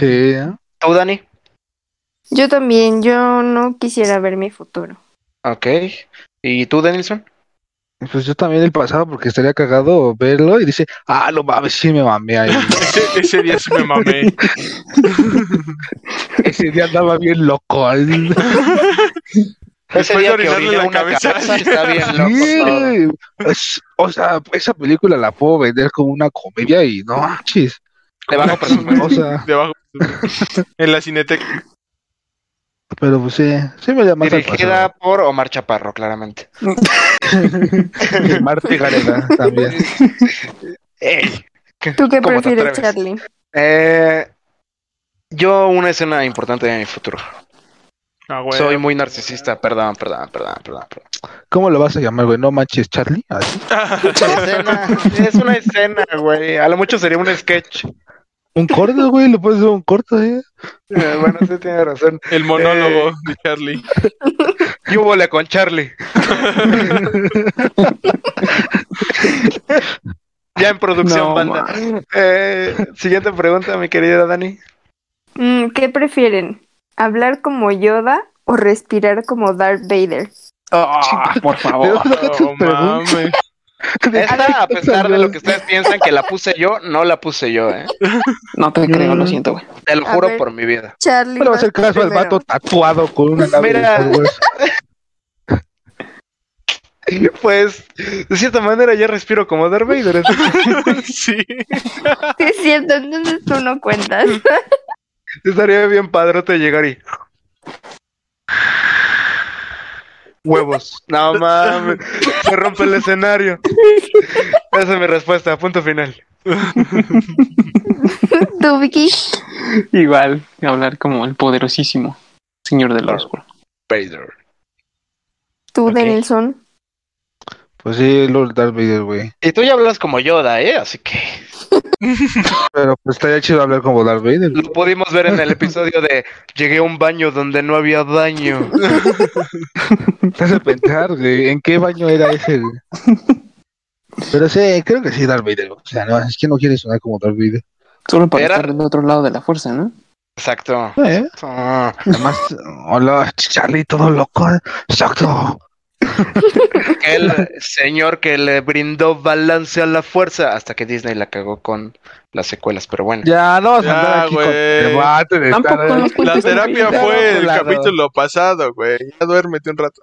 E: Sí, ¿eh?
D: ¿Tú, Dani?
A: Yo también, yo no quisiera ver mi futuro.
D: Ok. ¿Y tú, Denilson?
E: Pues yo también el pasado, porque estaría cagado verlo y dice, ah, no mames, sí me mamé ahí.
B: Ese, ese día sí me mamé.
E: Ese día andaba bien loco. así.
B: Después de orinarle
D: orina
B: la cabeza a alguien.
D: está bien loco. todo.
E: Sí, es- o sea, esa película la puedo vender como una comedia y no manches.
D: Te bajo presupuesto.
E: O sea,
B: Debajo. En la cineteca.
E: pero pues sí, sí me llamas al
D: Dirigida por Omar Chaparro, claramente.
E: pasado. Marte Gareda también.
D: Ey,
A: ¿Tú qué
D: ¿cómo te
A: prefieres,
D: atreves?
A: Charlie?
D: Eh, yo una escena importante de mi futuro.
B: Ah, güey.
D: Soy muy narcisista, perdón, perdón, perdón, perdón. perdón.
E: ¿Cómo lo vas a llamar, güey? No manches, Charlie. Así.
D: Escena, es una escena, güey. A lo mucho sería un sketch.
E: Un corto, güey, le puedes hacer un corto, ¿eh?
D: Eh, bueno, sí tiene razón.
B: El monólogo de Charlie.
D: Y hubo la con Charlie. ya en producción,
C: No,
D: banda.
C: ma.
D: Eh, siguiente pregunta, mi querida Dani.
A: Mm, ¿Qué prefieren? ¿Hablar como Yoda o respirar como Darth Vader?
C: Ah, por
E: Pero
C: favor.
E: deja tus
B: No
E: preguntas.
B: Oh, mames.
D: Esta, a pesar de lo que ustedes piensan que la puse yo, no la puse yo, ¿eh?
C: No te creo, lo
E: Mm.
C: siento, güey.
D: Te lo
A: A
D: juro
A: ver.
D: por mi vida.
A: Charlie.
E: No le va a
A: vas
E: hacer caso al
A: primero.
E: vato tatuado con una nave de
D: Mira.
E: Star Wars.
D: Pues, de cierta manera ya respiro como Darth Vader. entonces,
B: Sí.
A: Sí, es cierto, entonces tú no cuentas.
D: Estaría bien padrote llegar y... Huevos. No mames. Se rompe el escenario. Esa es mi respuesta. Punto final.
A: ¿Tú, Vicky?
C: Igual, hablar como el poderosísimo señor del oscuro.
D: Vader.
A: ¿Tú,
D: Ok.
A: Denilson?
E: Pues sí, Lord Darth Vader, güey.
D: Y tú ya hablas como Yoda, ¿eh? Así que
E: Pero pues estaría chido hablar como Darth Vader. güey.
D: lo pudimos ver en el episodio de Llegué a un baño donde no había baño.
E: Te hace pensar, güey, ¿en qué baño era ese, güey? Pero sí, creo que sí, Darth Vader. güey. O sea, no, es que no quiere sonar como Darth Vader.
C: Solo para
D: Era-
C: estar del otro lado de la fuerza, ¿no?
D: Exacto. Ah.
E: Eh, Además, hola, Charlie, todo loco. Exacto.
D: El señor que le brindó balance a la fuerza hasta que Disney la cagó con las secuelas, pero bueno.
E: Ya, no vas a
B: Ya,
E: andar aquí con
B: güey.
E: debate de
C: Tampoco
E: estar-
C: no
B: La
C: cuentes
B: terapia
C: con mi vida.
B: fue el
E: Lado.
B: capítulo pasado, güey. Ya duérmete un rato.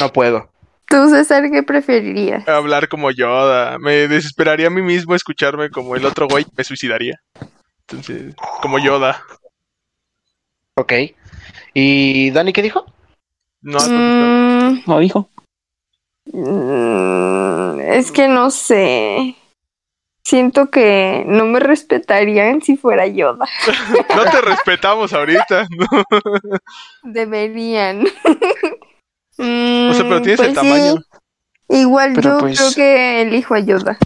D: No puedo.
A: ¿Tú, César, qué preferirías?
B: Hablar como Yoda. Me desesperaría a mí mismo escucharme como el otro güey. Me suicidaría. Entonces, como Yoda.
D: Ok. ¿Y Dani qué dijo?
B: No, no,
A: Mm,
C: Lo dijo.
A: mm, es que no sé. Siento que no me respetarían si fuera Yoda.
B: no te respetamos ahorita. No,
A: Deberían. Mm,
B: O sea, pero tienes
A: pues
B: el tamaño.
A: Igual
C: Pero
A: yo
C: pues-
A: creo que elijo a Yoda.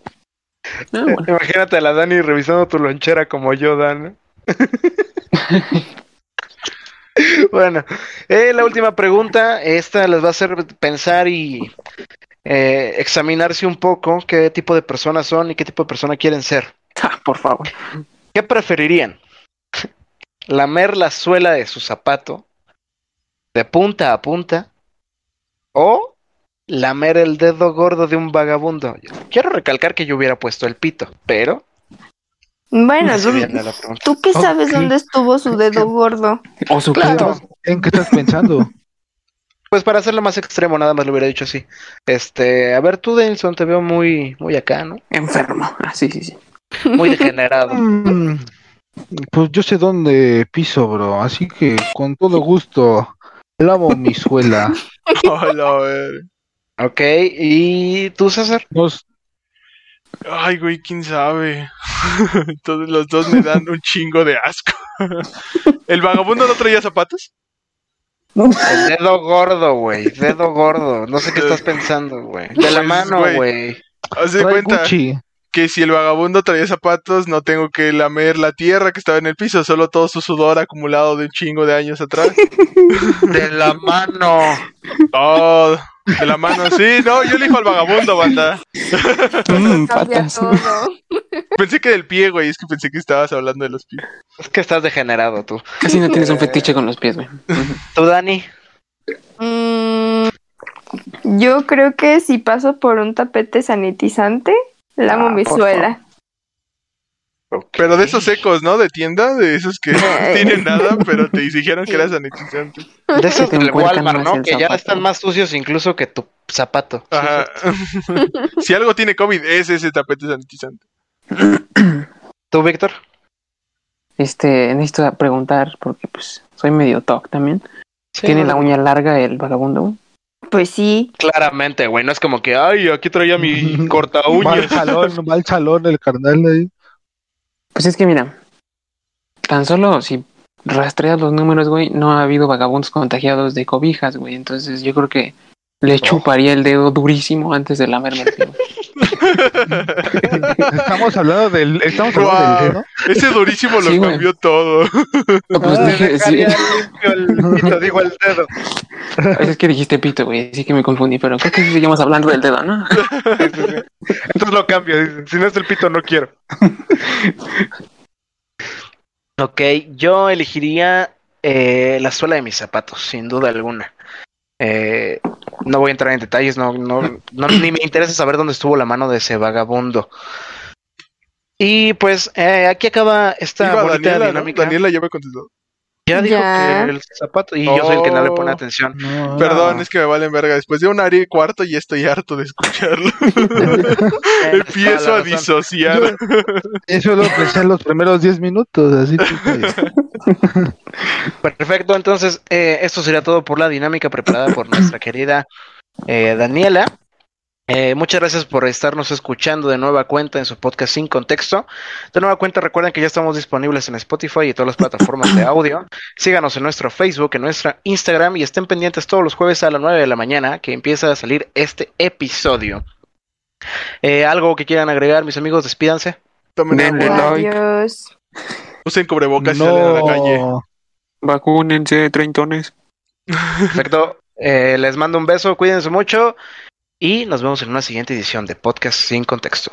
C: Ah, bueno.
D: Imagínate a la Dani revisando tu lonchera como yo, Dan. bueno, eh, la última pregunta, esta les va a hacer pensar y eh, examinarse un poco qué tipo de personas son y qué tipo de persona quieren ser.
C: Ah, por favor.
D: ¿Qué preferirían? ¿Lamer la suela de su zapato de punta a punta o lamer el dedo gordo de un vagabundo? Quiero recalcar que yo hubiera puesto el pito, pero...
A: Bueno,
D: Así
A: tú,
D: viene la pregunta.
A: ¿tú qué sabes
E: Ok.
A: dónde estuvo su dedo gordo?
C: O su
D: Claro.
C: pito.
E: ¿En qué estás pensando?
D: Pues para hacerlo más extremo, nada más lo hubiera dicho así. Este, a ver, tú, Denson, te veo muy, muy acá, ¿no?
C: Enfermo. Ah, sí, sí, sí.
D: Muy degenerado.
E: Mm, Pues yo sé dónde piso, bro. Así que con todo gusto lavo mi suela.
B: Hola, a ver.
D: ok, ¿y tú, César?
E: No s-
B: Ay, güey, quién sabe. Entonces los dos me dan un chingo de asco. ¿El vagabundo no traía zapatos?
D: El dedo gordo, güey. Dedo gordo. No sé qué estás pensando, güey. De la
B: Pues,
D: mano,
B: güey.
D: güey.
B: Haz de
E: trae
B: cuenta.
E: Gucci.
B: que si el vagabundo traía zapatos, no tengo que lamer la tierra que estaba en el piso, solo todo su sudor acumulado de un chingo de años atrás.
D: De la mano.
B: Todo. Oh, De la mano, sí, no, yo elijo al vagabundo, banda.
C: Mm,
A: Cambia
C: patas.
A: todo.
B: Pensé que del pie, güey, es que pensé que estabas hablando de los pies.
D: Es que estás degenerado tú.
C: Casi no tienes un fetiche con los pies, güey.
D: Tú, Dani.
A: Mm, yo creo que si paso por un tapete sanitizante, lamo
C: Ah,
A: mi
C: por
A: suela.
B: Pero de esos secos, ¿no? De tienda, de esos que no
A: Ay.
B: tienen nada, pero te dijeron que eras sanitizante.
D: De esos
C: Que te
D: del
C: encuentran
D: Walmart,
C: más
D: ¿no?
C: el
D: Que ya
C: zapato.
D: están más sucios incluso que tu zapato.
B: Ajá. si algo tiene COVID, es ese tapete sanitizante.
D: ¿Tú, Víctor?
C: Este, necesito preguntar porque pues soy medio talk también. ¿Tiene la uña larga el vagabundo? güey?
A: Pues sí.
D: Claramente, güey. No es como que, ay, aquí traía mi corta
E: Mal
D: uñas.
E: chalón, mal chalón el carnal ahí.
C: Pues es que mira, tan solo si rastreas los números, güey, no ha habido vagabundos contagiados de cobijas, güey. Entonces yo creo que le chuparía el dedo durísimo antes de lamerme el pie, güey.
E: Estamos hablando del, estamos hablando
B: Guau.
E: del dedo.
B: Ese durísimo lo
C: Sí, güey.
B: cambió todo.
C: No, pues dije, sí, Pues
D: limpio el pito, digo el dedo.
C: es que dijiste pito, güey, así que me confundí, pero creo que sí seguimos hablando del dedo, ¿no?
D: Entonces lo cambio. dice, Si no es el pito, no quiero. ok, yo elegiría eh, la suela de mis zapatos, sin duda alguna. Eh, no voy a entrar en detalles, no, no, no- ni me interesa saber dónde estuvo la mano de ese vagabundo. Y pues eh, aquí acaba esta
B: Iba
D: bonita
B: Daniela, ¿no?
D: dinámica.
B: Daniela ya me contestó.
D: Ya dijo
A: Ya.
D: que el zapato y yo soy el que no le pone
B: Oh.
D: atención.
B: Perdón, es que me valen verga. Después de un área y cuarto ya estoy harto de escucharlo.
D: Tienes
B: Empiezo
D: toda
B: a
D: la razón.
B: disociar.
E: Eso lo pensé en los primeros 10 minutos, así que
D: Perfecto, entonces eh, esto sería todo por la dinámica preparada por nuestra querida eh, Daniela. Eh, muchas gracias por estarnos escuchando de nueva cuenta en su podcast sin contexto. De nueva cuenta, recuerden que ya estamos disponibles en Spotify y todas las plataformas de audio. Síganos en nuestro Facebook, en nuestra Instagram y estén pendientes todos los jueves a las 9 de la mañana que empieza a salir este episodio. Eh, ¿Algo que quieran agregar, mis amigos? Despídanse.
B: Tomen
C: Denle
B: agua,
C: like.
A: Adiós.
B: usen cubrebocas y salen a la calle.
E: no.
C: Vacúnense, treintones.
D: Perfecto. Eh, les mando un beso, cuídense mucho y nos vemos en una siguiente edición de Podcast Sin Contexto.